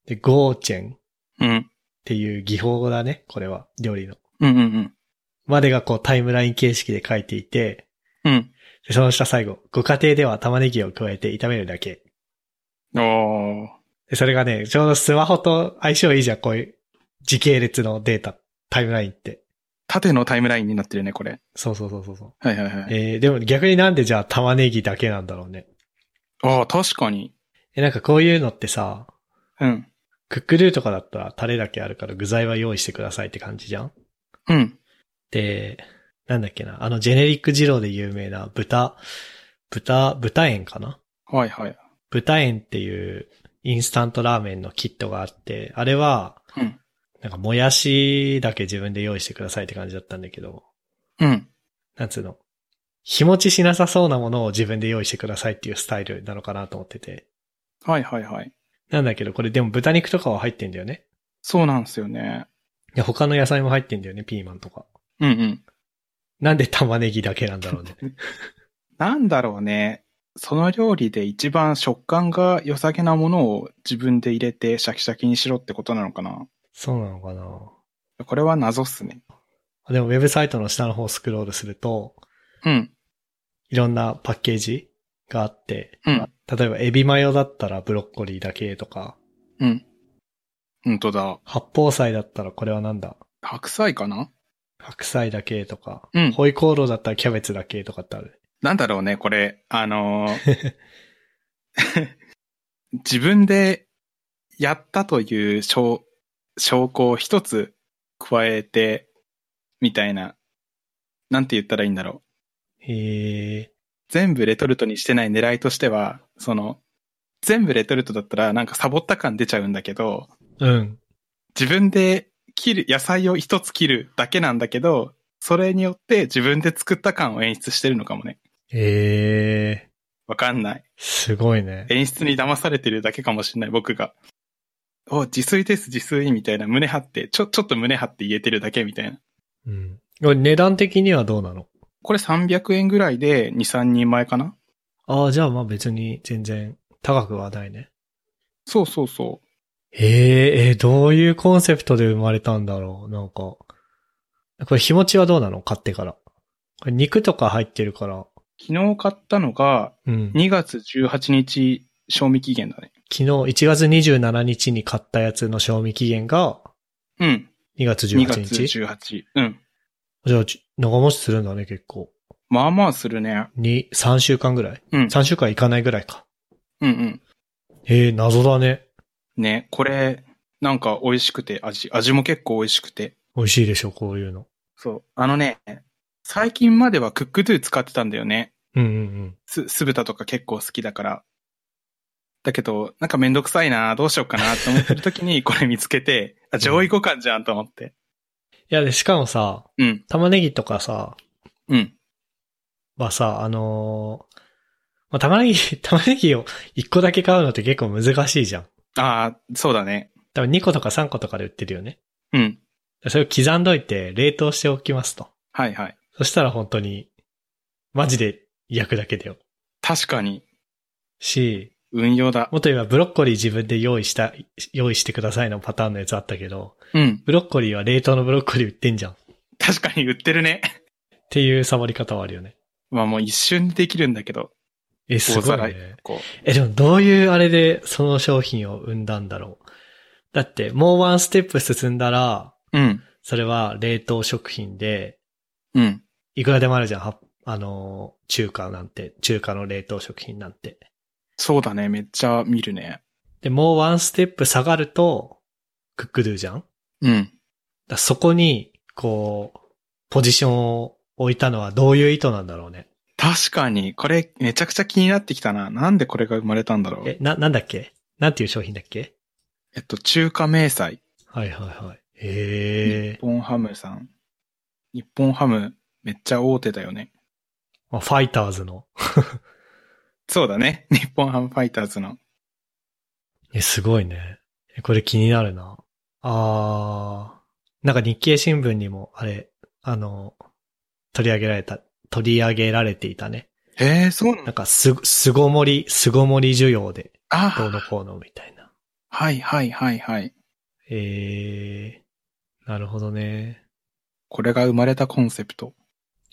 Speaker 1: で、ゴーチェンっ
Speaker 2: うん。
Speaker 1: ていう技法だね、これは。料理の。
Speaker 2: うんうん
Speaker 1: までがこうタイムライン形式で書いていて、
Speaker 2: うん。
Speaker 1: でその下最後、ご家庭では玉ねぎを加えて炒めるだけ。
Speaker 2: うん。おー。
Speaker 1: でそれがね、ちょうどスマホと相性いいじゃん、こういう時系列のデータ、タイムラインって。
Speaker 2: 縦のタイムラインになってるね、これ。
Speaker 1: そうそうそうそうそう。
Speaker 2: はいはいはい。
Speaker 1: えー、でも逆になんでじゃあ玉ねぎだけなんだろうね。
Speaker 2: ああ、確かに。
Speaker 1: え、なんかこういうのってさ、
Speaker 2: うん。
Speaker 1: クックルーとかだったらタレだけあるから具材は用意してくださいって感じじゃん
Speaker 2: うん。
Speaker 1: で、なんだっけな、あのジェネリック二郎で有名な豚、豚、豚園かな
Speaker 2: はいはい。
Speaker 1: 豚園っていうインスタントラーメンのキットがあって、あれは、
Speaker 2: うん。
Speaker 1: なんかもやしだけ自分で用意してくださいって感じだったんだけど、
Speaker 2: うん。
Speaker 1: なんつうの、日持ちしなさそうなものを自分で用意してくださいっていうスタイルなのかなと思ってて。
Speaker 2: はいはいはい。
Speaker 1: なんだけど、これでも豚肉とかは入ってんだよね。
Speaker 2: そうなんですよね。
Speaker 1: で他の野菜も入ってんだよね、ピーマンとか。
Speaker 2: うんうん。
Speaker 1: なんで玉ねぎだけなんだろう ね。
Speaker 2: なんだろうね。その料理で一番食感が良さげなものを自分で入れてシャキシャキにしろってことなのかな。
Speaker 1: そうなのかな
Speaker 2: これは謎っすね。
Speaker 1: でもウェブサイトの下の方をスクロールすると、
Speaker 2: うん。
Speaker 1: いろんなパッケージがあって、
Speaker 2: うん
Speaker 1: 例えばエビマヨだったらブロッコリーだけとか、
Speaker 2: うん。本当だ。
Speaker 1: 八宝菜だったらこれはなんだ
Speaker 2: 白菜かな
Speaker 1: 白菜だけとか、
Speaker 2: うん。
Speaker 1: ホイコーローだったらキャベツだけとかってある。
Speaker 2: なんだろうね、これ。あのー自分でやったという証証拠を一つ加えて、みたいな。なんて言ったらいいんだろう。
Speaker 1: へえ、
Speaker 2: 全部レトルトにしてない狙いとしては、その、全部レトルトだったらなんかサボった感出ちゃうんだけど、
Speaker 1: うん。
Speaker 2: 自分で切る、野菜を一つ切るだけなんだけど、それによって自分で作った感を演出してるのかもね。
Speaker 1: へえ、
Speaker 2: わかんない。
Speaker 1: すごいね。
Speaker 2: 演出に騙されてるだけかもしれない、僕が。お、自炊です、自炊、みたいな、胸張って、ちょ、ちょっと胸張って言えてるだけ、みたいな。
Speaker 1: うん。これ値段的にはどうなの
Speaker 2: これ300円ぐらいで2、3人前かな
Speaker 1: ああ、じゃあまあ別に全然高くはないね。
Speaker 2: そうそうそ
Speaker 1: へえ、えー、どういうコンセプトで生まれたんだろうなんか。これ日持ちはどうなの買ってから。これ肉とか入ってるから。
Speaker 2: う。昨日買ったのが、
Speaker 1: うん。昨
Speaker 2: 2月18日、賞味期限だね。
Speaker 1: 日1月27日に買ったやつの賞味期限が
Speaker 2: うん。
Speaker 1: 2月
Speaker 2: 2
Speaker 1: 18
Speaker 2: 月
Speaker 1: 日。
Speaker 2: 18。うん。
Speaker 1: じゃあ、ち長持ちするんだね、結構。
Speaker 2: まあまあするね。
Speaker 1: に、3週間ぐらい
Speaker 2: うん。
Speaker 1: ?3 週間いかないぐらいか。
Speaker 2: うんうん。
Speaker 1: えー、謎だね。
Speaker 2: ね、これ、なんか美味しくて、味、味も結構美味しくて。
Speaker 1: 美味しいでしょ、こういうの。
Speaker 2: そう。あのね、最近まではクックドゥ使ってたんだよね。
Speaker 1: うんうん
Speaker 2: す、酢豚とか結構好きだから。だけど、なんかめんどくさいなどうしようかなって思ってる時 にこれ見つけて、あ、上位互換じゃんと思って。
Speaker 1: うん。いや、で、しかもさ、
Speaker 2: うん、
Speaker 1: 玉ねぎとかさ、
Speaker 2: うん、
Speaker 1: はさ、あのーまあ、玉ねぎ、 玉ねぎを1個だけ買うのって結構難しいじゃん。
Speaker 2: ああ、そうだね。
Speaker 1: 多分2個とか3個とかで売ってるよね。
Speaker 2: うん、
Speaker 1: それを刻んどいて冷凍しておきますと。
Speaker 2: はいはい。
Speaker 1: そしたら本当に、マジで焼くだけだよ。
Speaker 2: 確かに。
Speaker 1: し、
Speaker 2: 運用だ。
Speaker 1: もっと言えばブロッコリー自分で用意した、用意してくださいのパターンのやつあったけど、
Speaker 2: うん。
Speaker 1: ブロッコリーは冷凍のブロッコリー売ってんじゃん。っ
Speaker 2: 確かに売ってるね。
Speaker 1: ていうサボり方はあるよね。
Speaker 2: まあもう一瞬でできるんだけど、
Speaker 1: え、す
Speaker 2: 大
Speaker 1: ごい
Speaker 2: 皿
Speaker 1: ね。
Speaker 2: こ
Speaker 1: え、でもどういうあれでその商品を生んだんだろう。だって、もうワンステップ進んだら、
Speaker 2: う。うん。
Speaker 1: それは冷凍食品で、
Speaker 2: うん。
Speaker 1: いくらでもあるじゃん。はあのー、中華なんて、中華の冷凍食品なんて。
Speaker 2: そうだね。めっちゃ見るね。
Speaker 1: で、もうワンステップ下がると、クックドゥじゃんだか
Speaker 2: うん。
Speaker 1: らそこに、こう、ポジションを置いたのはどういう意図なんだろうね。
Speaker 2: 確かに、これめちゃくちゃ気になってきたな。なんでこれが生まれたんだろう。
Speaker 1: え、な、なんだっけなんていう商品だっけ
Speaker 2: えっと、中華迷彩。
Speaker 1: はいはいはい。
Speaker 2: 日
Speaker 1: へえ。
Speaker 2: 本ハムさん。日本ハム、めっちゃ大手だよね。
Speaker 1: まあファイターズの。
Speaker 2: そうだね。日本ハムファイターズの。
Speaker 1: え、すごいね。えこれ気になるな。あー。なんか日経新聞にも、あれ、あの、取り上げられた、取り上げられていたね。
Speaker 2: へえ、そうなん
Speaker 1: なん
Speaker 2: だ。
Speaker 1: かす、巣ごもり、巣ごもり需要で、どうの
Speaker 2: あ
Speaker 1: こうのみたいな。
Speaker 2: はいはいはいはい。
Speaker 1: えー、なるほどね。
Speaker 2: これが生まれたコンセプト。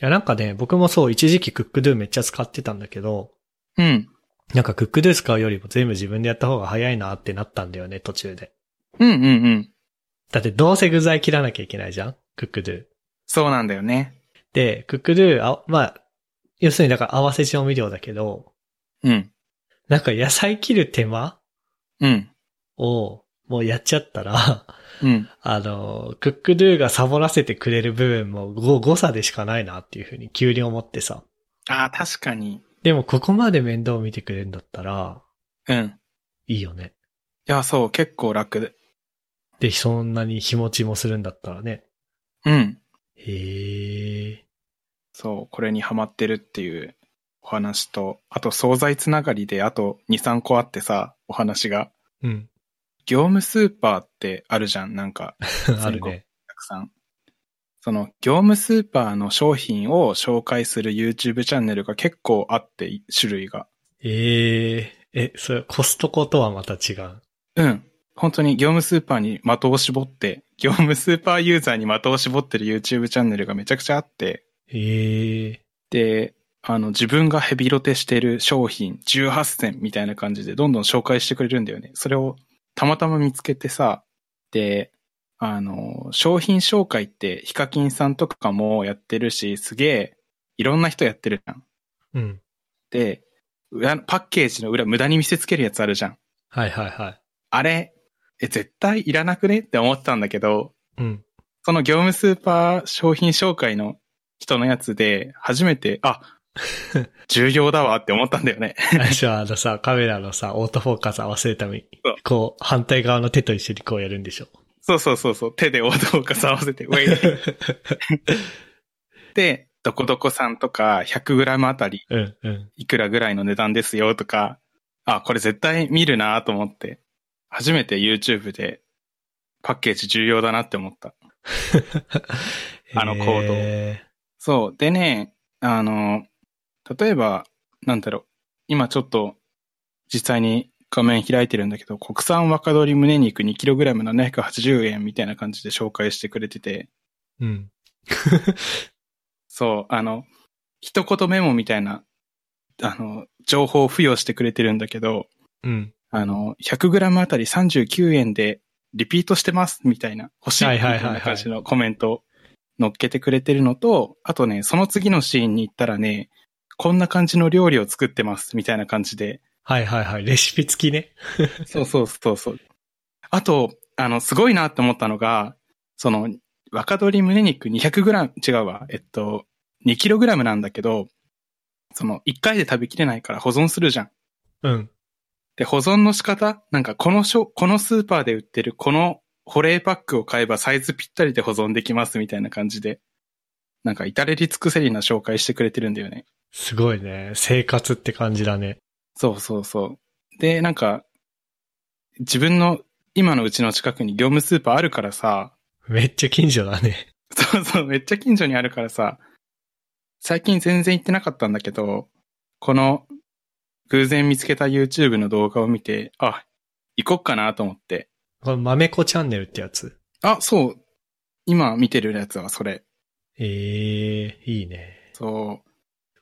Speaker 1: いや、なんかね、僕もそう、一時期クックドゥめっちゃ使ってたんだけど、
Speaker 2: うん。
Speaker 1: なんかクックドゥ使うよりも全部自分でやった方が早いなってなったんだよね、途中で。
Speaker 2: うんうんうん。
Speaker 1: だってどうせ具材切らなきゃいけないじゃんクックドゥ。
Speaker 2: そうなんだよね。
Speaker 1: で、クックドゥ、あまあ、要するにだから合わせ調味料だけど、
Speaker 2: うん。
Speaker 1: なんか野菜切る手間
Speaker 2: うん。
Speaker 1: をもうやっちゃったら、
Speaker 2: うん。
Speaker 1: あの、クックドゥがサボらせてくれる部分も誤誤差でしかないなっていうふうに急に思ってさ。
Speaker 2: ああ、確かに。
Speaker 1: でもここまで面倒見てくれるんだったら、
Speaker 2: うん。い
Speaker 1: いいよね。
Speaker 2: や、そう、結構楽で。
Speaker 1: で、そんなに日持ちもするんだったらね。
Speaker 2: うん。
Speaker 1: へえ。
Speaker 2: そう、これにハマってるっていうお話と、あと、惣菜つながりで、あと、2、3個あってさ、お話が。
Speaker 1: うん。
Speaker 2: 業務スーパーってあるじゃん、なんか、
Speaker 1: あるね。
Speaker 2: たくさん。その、業務スーパーの商品を紹介する YouTube チャンネルが結構あって、い種類が。
Speaker 1: ええ。え、それコストコとはまた違う。
Speaker 2: うん。本当に業務スーパーに的を絞って、業務スーパーユーザーに的を絞ってる YouTube チャンネルがめちゃくちゃあって、
Speaker 1: へえ。
Speaker 2: で、あの、自分がヘビロテしてる商品18選みたいな感じでどんどん紹介してくれるんだよね。それをたまたま見つけてさ、で、あの、商品紹介ってヒカキンさんとかもやってるし、すげえ、いろんな人やってるじゃん。
Speaker 1: うん。
Speaker 2: で、裏パッケージの裏無駄に見せつけるやつあるじゃん。
Speaker 1: はいはいはい。
Speaker 2: あれ、え、絶対いらなくねって思ってたんだけど、
Speaker 1: うん。
Speaker 2: その業務スーパー商品紹介の人のやつで、初めて、あ、重要だわって思ったんだよね。
Speaker 1: 最初はあのさ、カメラのさ、オートフォーカス合わせるために
Speaker 2: そう、
Speaker 1: こう、反対側の手と一緒にこうやるんでしょ。
Speaker 2: そうそうそうそう、手でオートフォーカス合わせて、ウェイって、どこどこさんとか、100g あたり
Speaker 1: うんうん。
Speaker 2: いくらぐらいの値段ですよとか、あ、これ絶対見るなと思って、初めて YouTube でパッケージ重要だなって思った。 あの行動
Speaker 1: へ
Speaker 2: そう。でね、あの、例えば、なんだろう。今ちょっと、実際に画面開いてるんだけど、国産若鶏胸肉 2kg780 円みたいな感じで紹介してくれてて、
Speaker 1: ー。うん。
Speaker 2: そう、あの、一言メモみたいな、あの、情報を付与してくれてるんだけど、
Speaker 1: うん。
Speaker 2: あの、100g あたり39円で、リピートしてます、みたいな、欲しい、
Speaker 1: は
Speaker 2: み
Speaker 1: いはい
Speaker 2: た
Speaker 1: はいはい
Speaker 2: いな感じのコメントを乗っけてくれてるのと、あとね、その次のシーンに行ったらね、こんな感じの料理を作ってます、みたいな感じで。
Speaker 1: はいはいはい。レシピ付きね。
Speaker 2: そうそうそうそう。あと、あの、すごいなって思ったのが、その、若鶏胸肉 200g、違うわ、えっと、2kg なんだけど、その、1回で食べきれないから保存するじゃん。
Speaker 1: うん。
Speaker 2: で、保存の仕方なんかこのしょ、このスーパーで売ってるこの保冷パックを買えばサイズぴったりで保存できますみたいな感じで、なんか至れり尽くせりな紹介してくれてるんだよね。
Speaker 1: すごいね。生活って感じだね。
Speaker 2: そうそうそう。で、なんか、自分の今のうちの近くに業務スーパーあるからさ、
Speaker 1: めっちゃ近所だね。
Speaker 2: そうそう、めっちゃ近所にあるからさ、最近全然行ってなかったんだけど、この偶然見つけた YouTube の動画を見て、あ、行こっかなと思って。
Speaker 1: この豆子チャンネルってやつ。
Speaker 2: あ、そう。今見てるやつはそれ。
Speaker 1: ええいいね。
Speaker 2: そ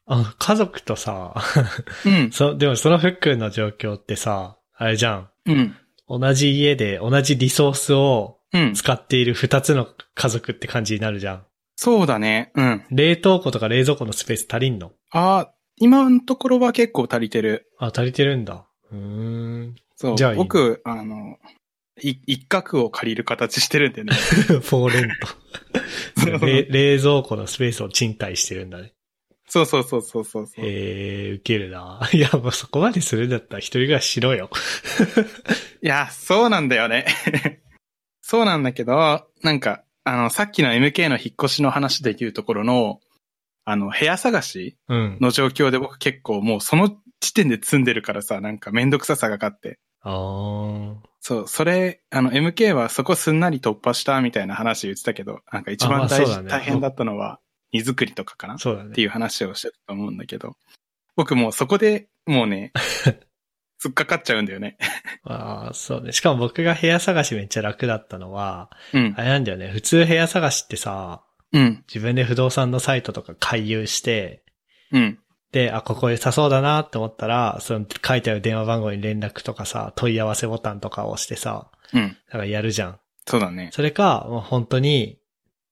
Speaker 1: あ、家族とさ、
Speaker 2: う。うん。
Speaker 1: そ、でもそのフックの状況ってさ、あれじゃん。
Speaker 2: うん。
Speaker 1: 同じ家で同じリソースを
Speaker 2: うん。
Speaker 1: 使っている二つの家族って感じになるじゃん。
Speaker 2: そうだね。うん。
Speaker 1: 冷凍庫とか冷蔵庫のスペース足りんの
Speaker 2: あ、今のところは結構足りてる。
Speaker 1: あ、足りてるんだ。うーん。
Speaker 2: そう。
Speaker 1: じゃあいい
Speaker 2: 僕、あの、い一角を借りる形してるん でね。
Speaker 1: フォーレン
Speaker 2: そう
Speaker 1: ト。れ冷蔵庫のスペースを賃貸してるんだね。
Speaker 2: そうそうそうそうそうそう。い
Speaker 1: ええー、ウケるな。 いや、もうそこまでするんだったら一人暮らししろよ。
Speaker 2: や、そうなんだよね。 そうなんだけど、なんか、あの、さっきの MK の引っ越しの話でいうところの、あの、部屋探し
Speaker 1: うん。
Speaker 2: の状況で僕結構もうその時点で積んでるからさ、なんかめんどくささが勝って。
Speaker 1: あー。
Speaker 2: そう、それ、あの、MK はそこすんなり突破したみたいな話言ってたけど、なんか一
Speaker 1: あま
Speaker 2: 番
Speaker 1: あ
Speaker 2: 大
Speaker 1: そう
Speaker 2: 事、
Speaker 1: だね
Speaker 2: 大変だったのは荷造りとかかなっ
Speaker 1: そうだね
Speaker 2: て。いう話をしてたと思うんだけど、僕もうそこでも うね、突っかかっちゃうんだよね。
Speaker 1: ああ、そうね。しかも僕が部屋探しめっちゃ楽だったのは、
Speaker 2: うん
Speaker 1: あ。れなんだよね。普通部屋探しってさ、
Speaker 2: うん。
Speaker 1: 自分で不動産のサイトとか回遊して、
Speaker 2: うん。
Speaker 1: で、あ、ここ良さそうだなって思ったら、その書いてある電話番号に連絡とかさ、問い合わせボタンとかを押してさ、
Speaker 2: うん。
Speaker 1: だからやるじゃん。
Speaker 2: そうだね。
Speaker 1: それか、もう本当に、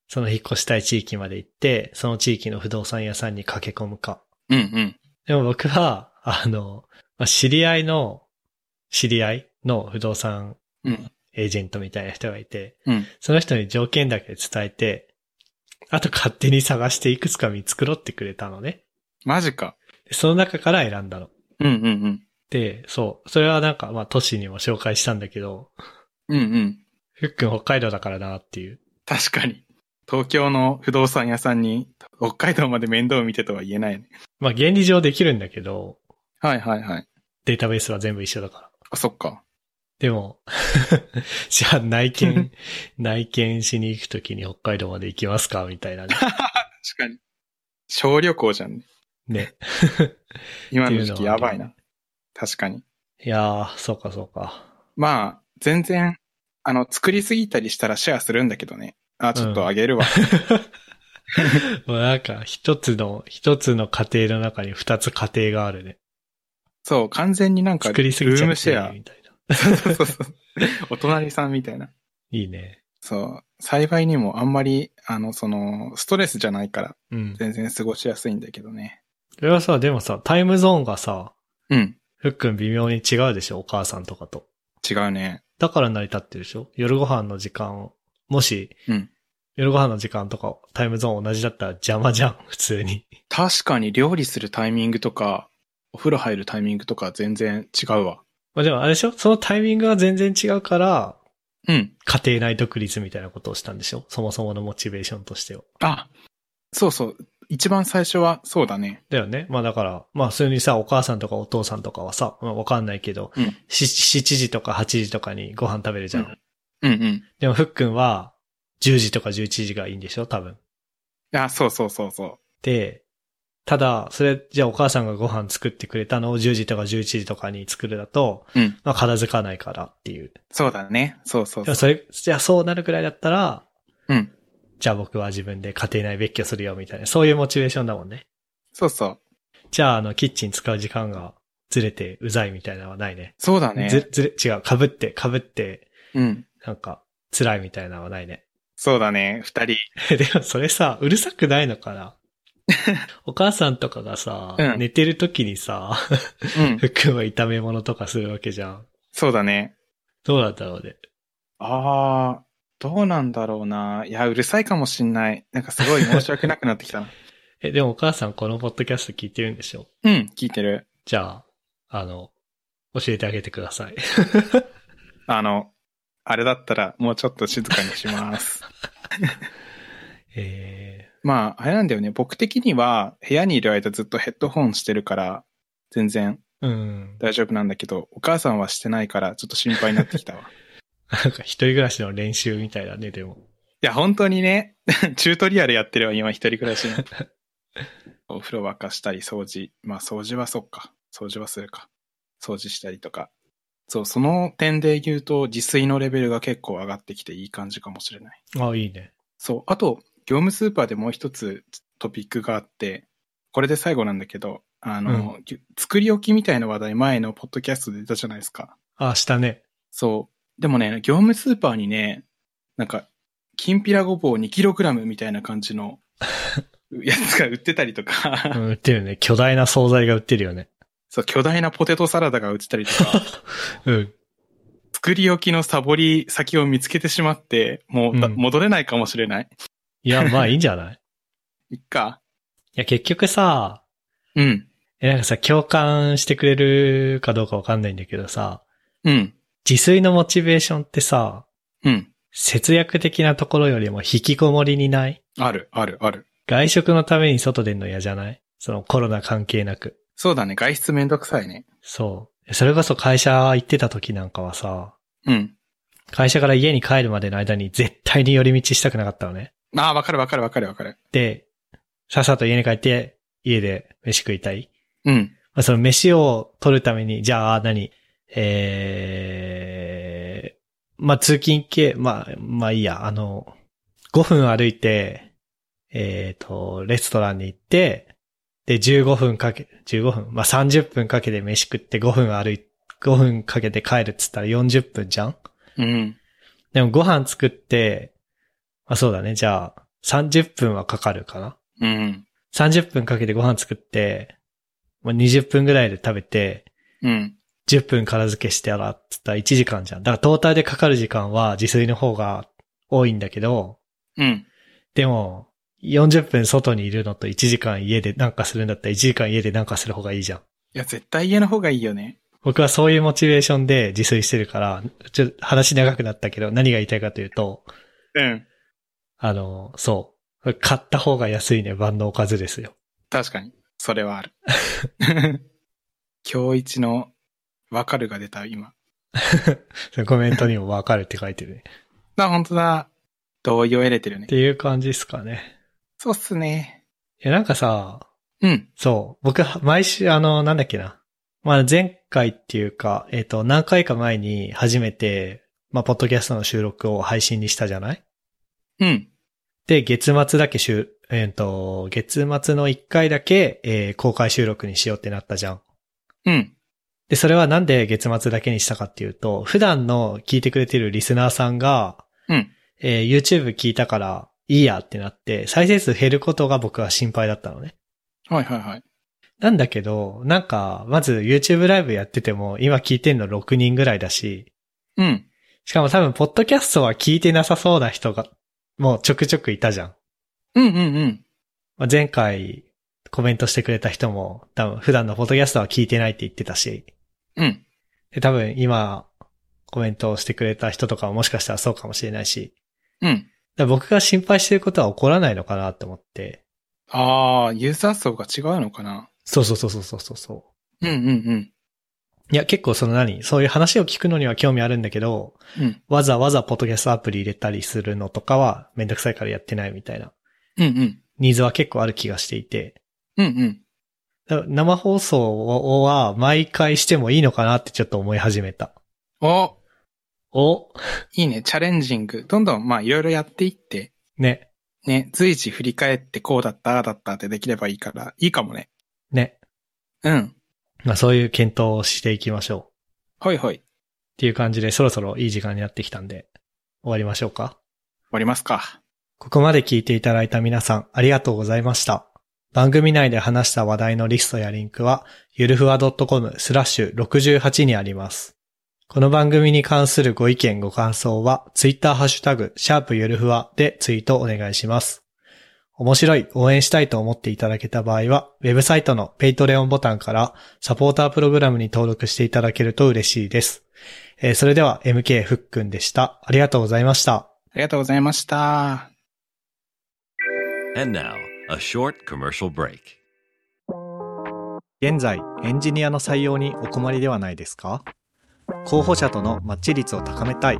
Speaker 1: その引っ越したい地域まで行って、その地域の不動産屋さんに駆け込むか。
Speaker 2: うんうん。
Speaker 1: でも僕は、あの、まあ知り合いの、知り合いの不動産
Speaker 2: うん。
Speaker 1: エージェントみたいな人がいて、
Speaker 2: うん。
Speaker 1: その人に条件だけ伝えて、あと勝手に探していくつか見繕ってくれたのね。
Speaker 2: マジか。
Speaker 1: でその中から選んだの。
Speaker 2: うんうん
Speaker 1: で、そう。それはなんか、まあ、都市にも紹介したんだけど、
Speaker 2: うん。うんうん。
Speaker 1: ふっくん北海道だからなっていう。
Speaker 2: 確かに。東京の不動産屋さんに、北海道まで面倒を見てとは言えないね。
Speaker 1: まあ、原理上できるんだけど、
Speaker 2: はいはいはい。
Speaker 1: データベースは全部一緒だから。
Speaker 2: あ、そっか。
Speaker 1: でも、 じゃあ内 見、内見しに行くときに北海道まで行きますかみたい なね。
Speaker 2: 確かに。小旅行じゃんね。
Speaker 1: ね。
Speaker 2: 今の時
Speaker 1: って
Speaker 2: 期
Speaker 1: いうのは
Speaker 2: や
Speaker 1: ね
Speaker 2: ばいな。確かに。
Speaker 1: いやー、そうかそうか。
Speaker 2: まあ、全然、あの、作りすぎたりしたらシェアするんだけどね。あ、ちょっとあげる わ。
Speaker 1: もうなんか、一つの、一つの家庭の中に二つ家庭があるね。
Speaker 2: そう、完全になんか、
Speaker 1: 作りすぎち
Speaker 2: ル
Speaker 1: ゃっ
Speaker 2: ーム
Speaker 1: て
Speaker 2: シ
Speaker 1: る
Speaker 2: ェ
Speaker 1: みたいな。
Speaker 2: ア。そうそうそう。お隣さんみたいな。
Speaker 1: いいね。
Speaker 2: そう。幸いにもあんまり、あの、その、ストレスじゃないから、
Speaker 1: うん。
Speaker 2: 全然過ごしやすいんだけどね。
Speaker 1: それはさ、でもさ、タイムゾーンがさ、
Speaker 2: うん。
Speaker 1: ふっくん微妙に違うでしょお母さんとかと。
Speaker 2: 違うね。
Speaker 1: だから成り立ってるでしょ夜ご飯の時間を、もし、
Speaker 2: うん
Speaker 1: 夜ご飯の時間とか、タイムゾーン同じだったら邪魔じゃん、普通に。
Speaker 2: 確かに料理するタイミングとか、お風呂入るタイミングとか全然違うわ。
Speaker 1: まあでもあれでしょそのタイミングが全然違うから、
Speaker 2: うん。
Speaker 1: 家庭内独立みたいなことをしたんでしょそもそものモチベーションとしては。
Speaker 2: あ、そうそう。一番最初は、そうだね。
Speaker 1: だよね。まあだから、まあ普通にさ、お母さんとかお父さんとかはさ、まあわかんないけど、
Speaker 2: うん
Speaker 1: し7時とか8時とかにご飯食べるじゃん。
Speaker 2: ううんうん。い
Speaker 1: でもふっくんは、10時とか11時がいいんでしょ多分。
Speaker 2: や、そうそうそうそう。
Speaker 1: で、ただ、それ、じゃあお母さんがご飯作ってくれたのを10時とか11時とかに作るだと、
Speaker 2: うん
Speaker 1: まあ片付かないからっていう。
Speaker 2: そうだね。そうそう
Speaker 1: で
Speaker 2: そ
Speaker 1: も
Speaker 2: う。
Speaker 1: それ、じゃあそうなるくらいだったら、
Speaker 2: うん。
Speaker 1: じゃあ僕は自分で家庭内別居するよみたいな、そういうモチベーションだもんね。
Speaker 2: そうそう。
Speaker 1: じゃあ、あの、キッチン使う時間がずれてうざいみたいなのはないね。
Speaker 2: そうだね。
Speaker 1: ず、ずれ、違う、被って、被って、
Speaker 2: うん。
Speaker 1: なんか、辛いみたいなのはないね。
Speaker 2: そうだね。二人。
Speaker 1: でもそれさ、うるさくないのか なお母さんとかがさ、
Speaker 2: うん
Speaker 1: 寝てる時にさ、
Speaker 2: うん。
Speaker 1: 服は炒め物とかするわけじゃん。
Speaker 2: そうだね。
Speaker 1: どうなんだろうね。
Speaker 2: あー、どうなんだろうな。いや、うるさいかもしんない。なんかすごい申し訳なくなって きたな。
Speaker 1: え、でもお母さんこのポッドキャスト聞いてるんでしょ
Speaker 2: うん、聞いてる。
Speaker 1: じゃあ、あの、教えてあげてください。
Speaker 2: あの、あれだったらもうちょっと静かにし ます。
Speaker 1: え
Speaker 2: まあ、あれなんだよね。僕的には部屋にいる間ずっとヘッドホンしてるから、全然
Speaker 1: ー、うん。
Speaker 2: 大丈夫なんだけど、お母さんはしてないからちょっと心配になってきたわ。い
Speaker 1: なんか一人暮らしの練習みたいだね、でも。
Speaker 2: や、本当にね、 チュートリアルやってるわ、今一人暮らしの。お風呂沸かしたり掃除。まあ、掃除はそっか。掃除はするか。掃除したりとか。そう、その点で言うと、自炊のレベルが結構上がってきていい感じかもしれない。
Speaker 1: あ、いいね。
Speaker 2: そう、あと、業務スーパーでもう一つトピックがあって、これで最後なんだけど、あの、ぎ作り置きみたいな話題前のポッドキャストで出たじゃないですか。
Speaker 1: あ、したね。
Speaker 2: そう。でもね、業務スーパーにね、なんか、きんぴらごぼう 2kg みたいな感じのやつが売ってたりとか、
Speaker 1: うん、売ってるね。巨大な惣菜が売ってるよね。
Speaker 2: そう、巨大なポテトサラダが売ってたりとか、
Speaker 1: うん。
Speaker 2: 作り置きのサボり先を見つけてしまって、もうだ、
Speaker 1: うん
Speaker 2: 戻れないかもしれない。
Speaker 1: いや、まあいいんじゃないい
Speaker 2: いっか。
Speaker 1: や、結局さ、
Speaker 2: うん。
Speaker 1: え、なんかさ、共感してくれるかどうかわかんないんだけどさ、
Speaker 2: うん。
Speaker 1: 自炊のモチベーションってさ、
Speaker 2: うん。
Speaker 1: 節約的なところよりも引きこもりにない
Speaker 2: ある、ある、ある。
Speaker 1: 外食のために外出んの嫌じゃないそのコロナ関係なく。
Speaker 2: そうだね、外出めんどくさいね。
Speaker 1: そう。それこそ会社行ってた時なんかはさ、
Speaker 2: うん。
Speaker 1: 会社から家に帰るまでの間に絶対に寄り道したくなかったのね。
Speaker 2: ああ、わかるわかるわかるわかる。
Speaker 1: で、さっさと家に帰って、家で飯食いたい。
Speaker 2: うん。
Speaker 1: まあ、その飯を取るために、じゃあ何、えー、まあ、通勤系、まあ、まあいいや、あの、5分歩いて、えーと、レストランに行って、で、15分かけ、15分、まあ、30分かけて飯食って5分歩い、5分かけて帰るっつったら40分じゃん
Speaker 2: うん。
Speaker 1: でもご飯作って、まあそうだね、じゃあ30分はかかるかな。
Speaker 2: うん。
Speaker 1: 30分かけてご飯作って、まあ、20分ぐらいで食べて、
Speaker 2: うん。
Speaker 1: 10分空付けしてやら、つったら1時間じゃん。だからトータルでかかる時間は自炊の方が多いんだけど、
Speaker 2: うん。
Speaker 1: でも、40分外にいるのと1時間家でなんかするんだったら1時間家でなんかする方がいいじゃん。
Speaker 2: いや、絶対家の方がいいよね。
Speaker 1: 僕はそういうモチベーションで自炊してるから、ちょっと話長くなったけど何が言いたいかというと、
Speaker 2: うん。
Speaker 1: あの、そう。買った方が安いね、万能おかずですよ。
Speaker 2: 確かに。それはある。今日一のわかるが出た、今。
Speaker 1: そのコメントにもわかるって書いてるね。
Speaker 2: あ、本当だ。同意を得れてるね
Speaker 1: って。いう感じですかね。
Speaker 2: そうっすね。
Speaker 1: いや、なんかさ、
Speaker 2: うん。
Speaker 1: そう。僕、毎週、あの、なんだっけな。まあ、前回っていうか、えっ、と、何回か前に初めて、まあ、ポッドキャストの収録を配信にしたじゃない
Speaker 2: うん。
Speaker 1: で、月末だけ収、えっ、と、月末の1回だけ、えー公開収録にしようってなったじゃん。
Speaker 2: うん。
Speaker 1: で、それはなんで月末だけにしたかっていうと、普段の聞いてくれてるリスナーさんが、
Speaker 2: うん
Speaker 1: えー YouTube 聞いたからいいやってなって、再生数減ることが僕は心配だったのね。
Speaker 2: はいはいはい。
Speaker 1: なんだけど、なんか、まず YouTube ライブやってても、今聞いてんの6人ぐらいだし、
Speaker 2: うん。
Speaker 1: しかも多分、ポッドキャストは聞いてなさそうな人が、もうちょくちょくいたじゃん。
Speaker 2: うんうんうん。
Speaker 1: まあ前回、コメントしてくれた人も、多分、普段のポッドキャストは聞いてないって言ってたし、
Speaker 2: うん。
Speaker 1: で、多分今、コメントをしてくれた人とかはもしかしたらそうかもしれないし、
Speaker 2: うん。
Speaker 1: だから僕が心配してることは起こらないのかなって思って。
Speaker 2: ああ、ユーザー層が違うのかな。
Speaker 1: そうそうそうそうそうそうそ
Speaker 2: うんうん
Speaker 1: う。いや、結構その何そういう話を聞くのには興味あるんだけど、
Speaker 2: うん。うん。
Speaker 1: わざわざポッドキャストアプリ入れたりするのとかはめんどくさいからやってないみたいな
Speaker 2: うんうん。
Speaker 1: ニーズは結構ある気がしていて、
Speaker 2: うんうん。
Speaker 1: だから生放送は毎回してもいいのかなってちょっと思い始めた。
Speaker 2: お、
Speaker 1: お
Speaker 2: いいね。チャレンジング。どんどん、まあ、いろいろやっていって、
Speaker 1: ね、
Speaker 2: ね、随時振り返ってこうだった、ああだったってできればいいから、いいかもね。
Speaker 1: ね。
Speaker 2: うん。
Speaker 1: まあそういう検討をしていきましょう。
Speaker 2: ほいほい。終
Speaker 1: っていう感じでそろそろいい時間になってきたんで、終わりましょうか。
Speaker 2: わりますか。
Speaker 1: ここまで聞いていただいた皆さんありがとうございました。番組内で話した話題のリストやリンクは、ゆるふわ .com スラッシュ68にあります。この番組に関するご意見ご感想は、ツイッターハッシュタグ、シャープゆるふわでツイートお願いします。面白い、応援したいと思っていただけた場合は、ウェブサイトのペイトレオンボタンからサポータープログラムに登録していただけると嬉しいです。えーそれでは MK ふっくんでした。ありがとうございました。
Speaker 2: ありがとうございました。
Speaker 3: And now, a short commercial break.
Speaker 1: 現在エンジニアの採用にお困りではないですか候補者とのマッチ率を高めたい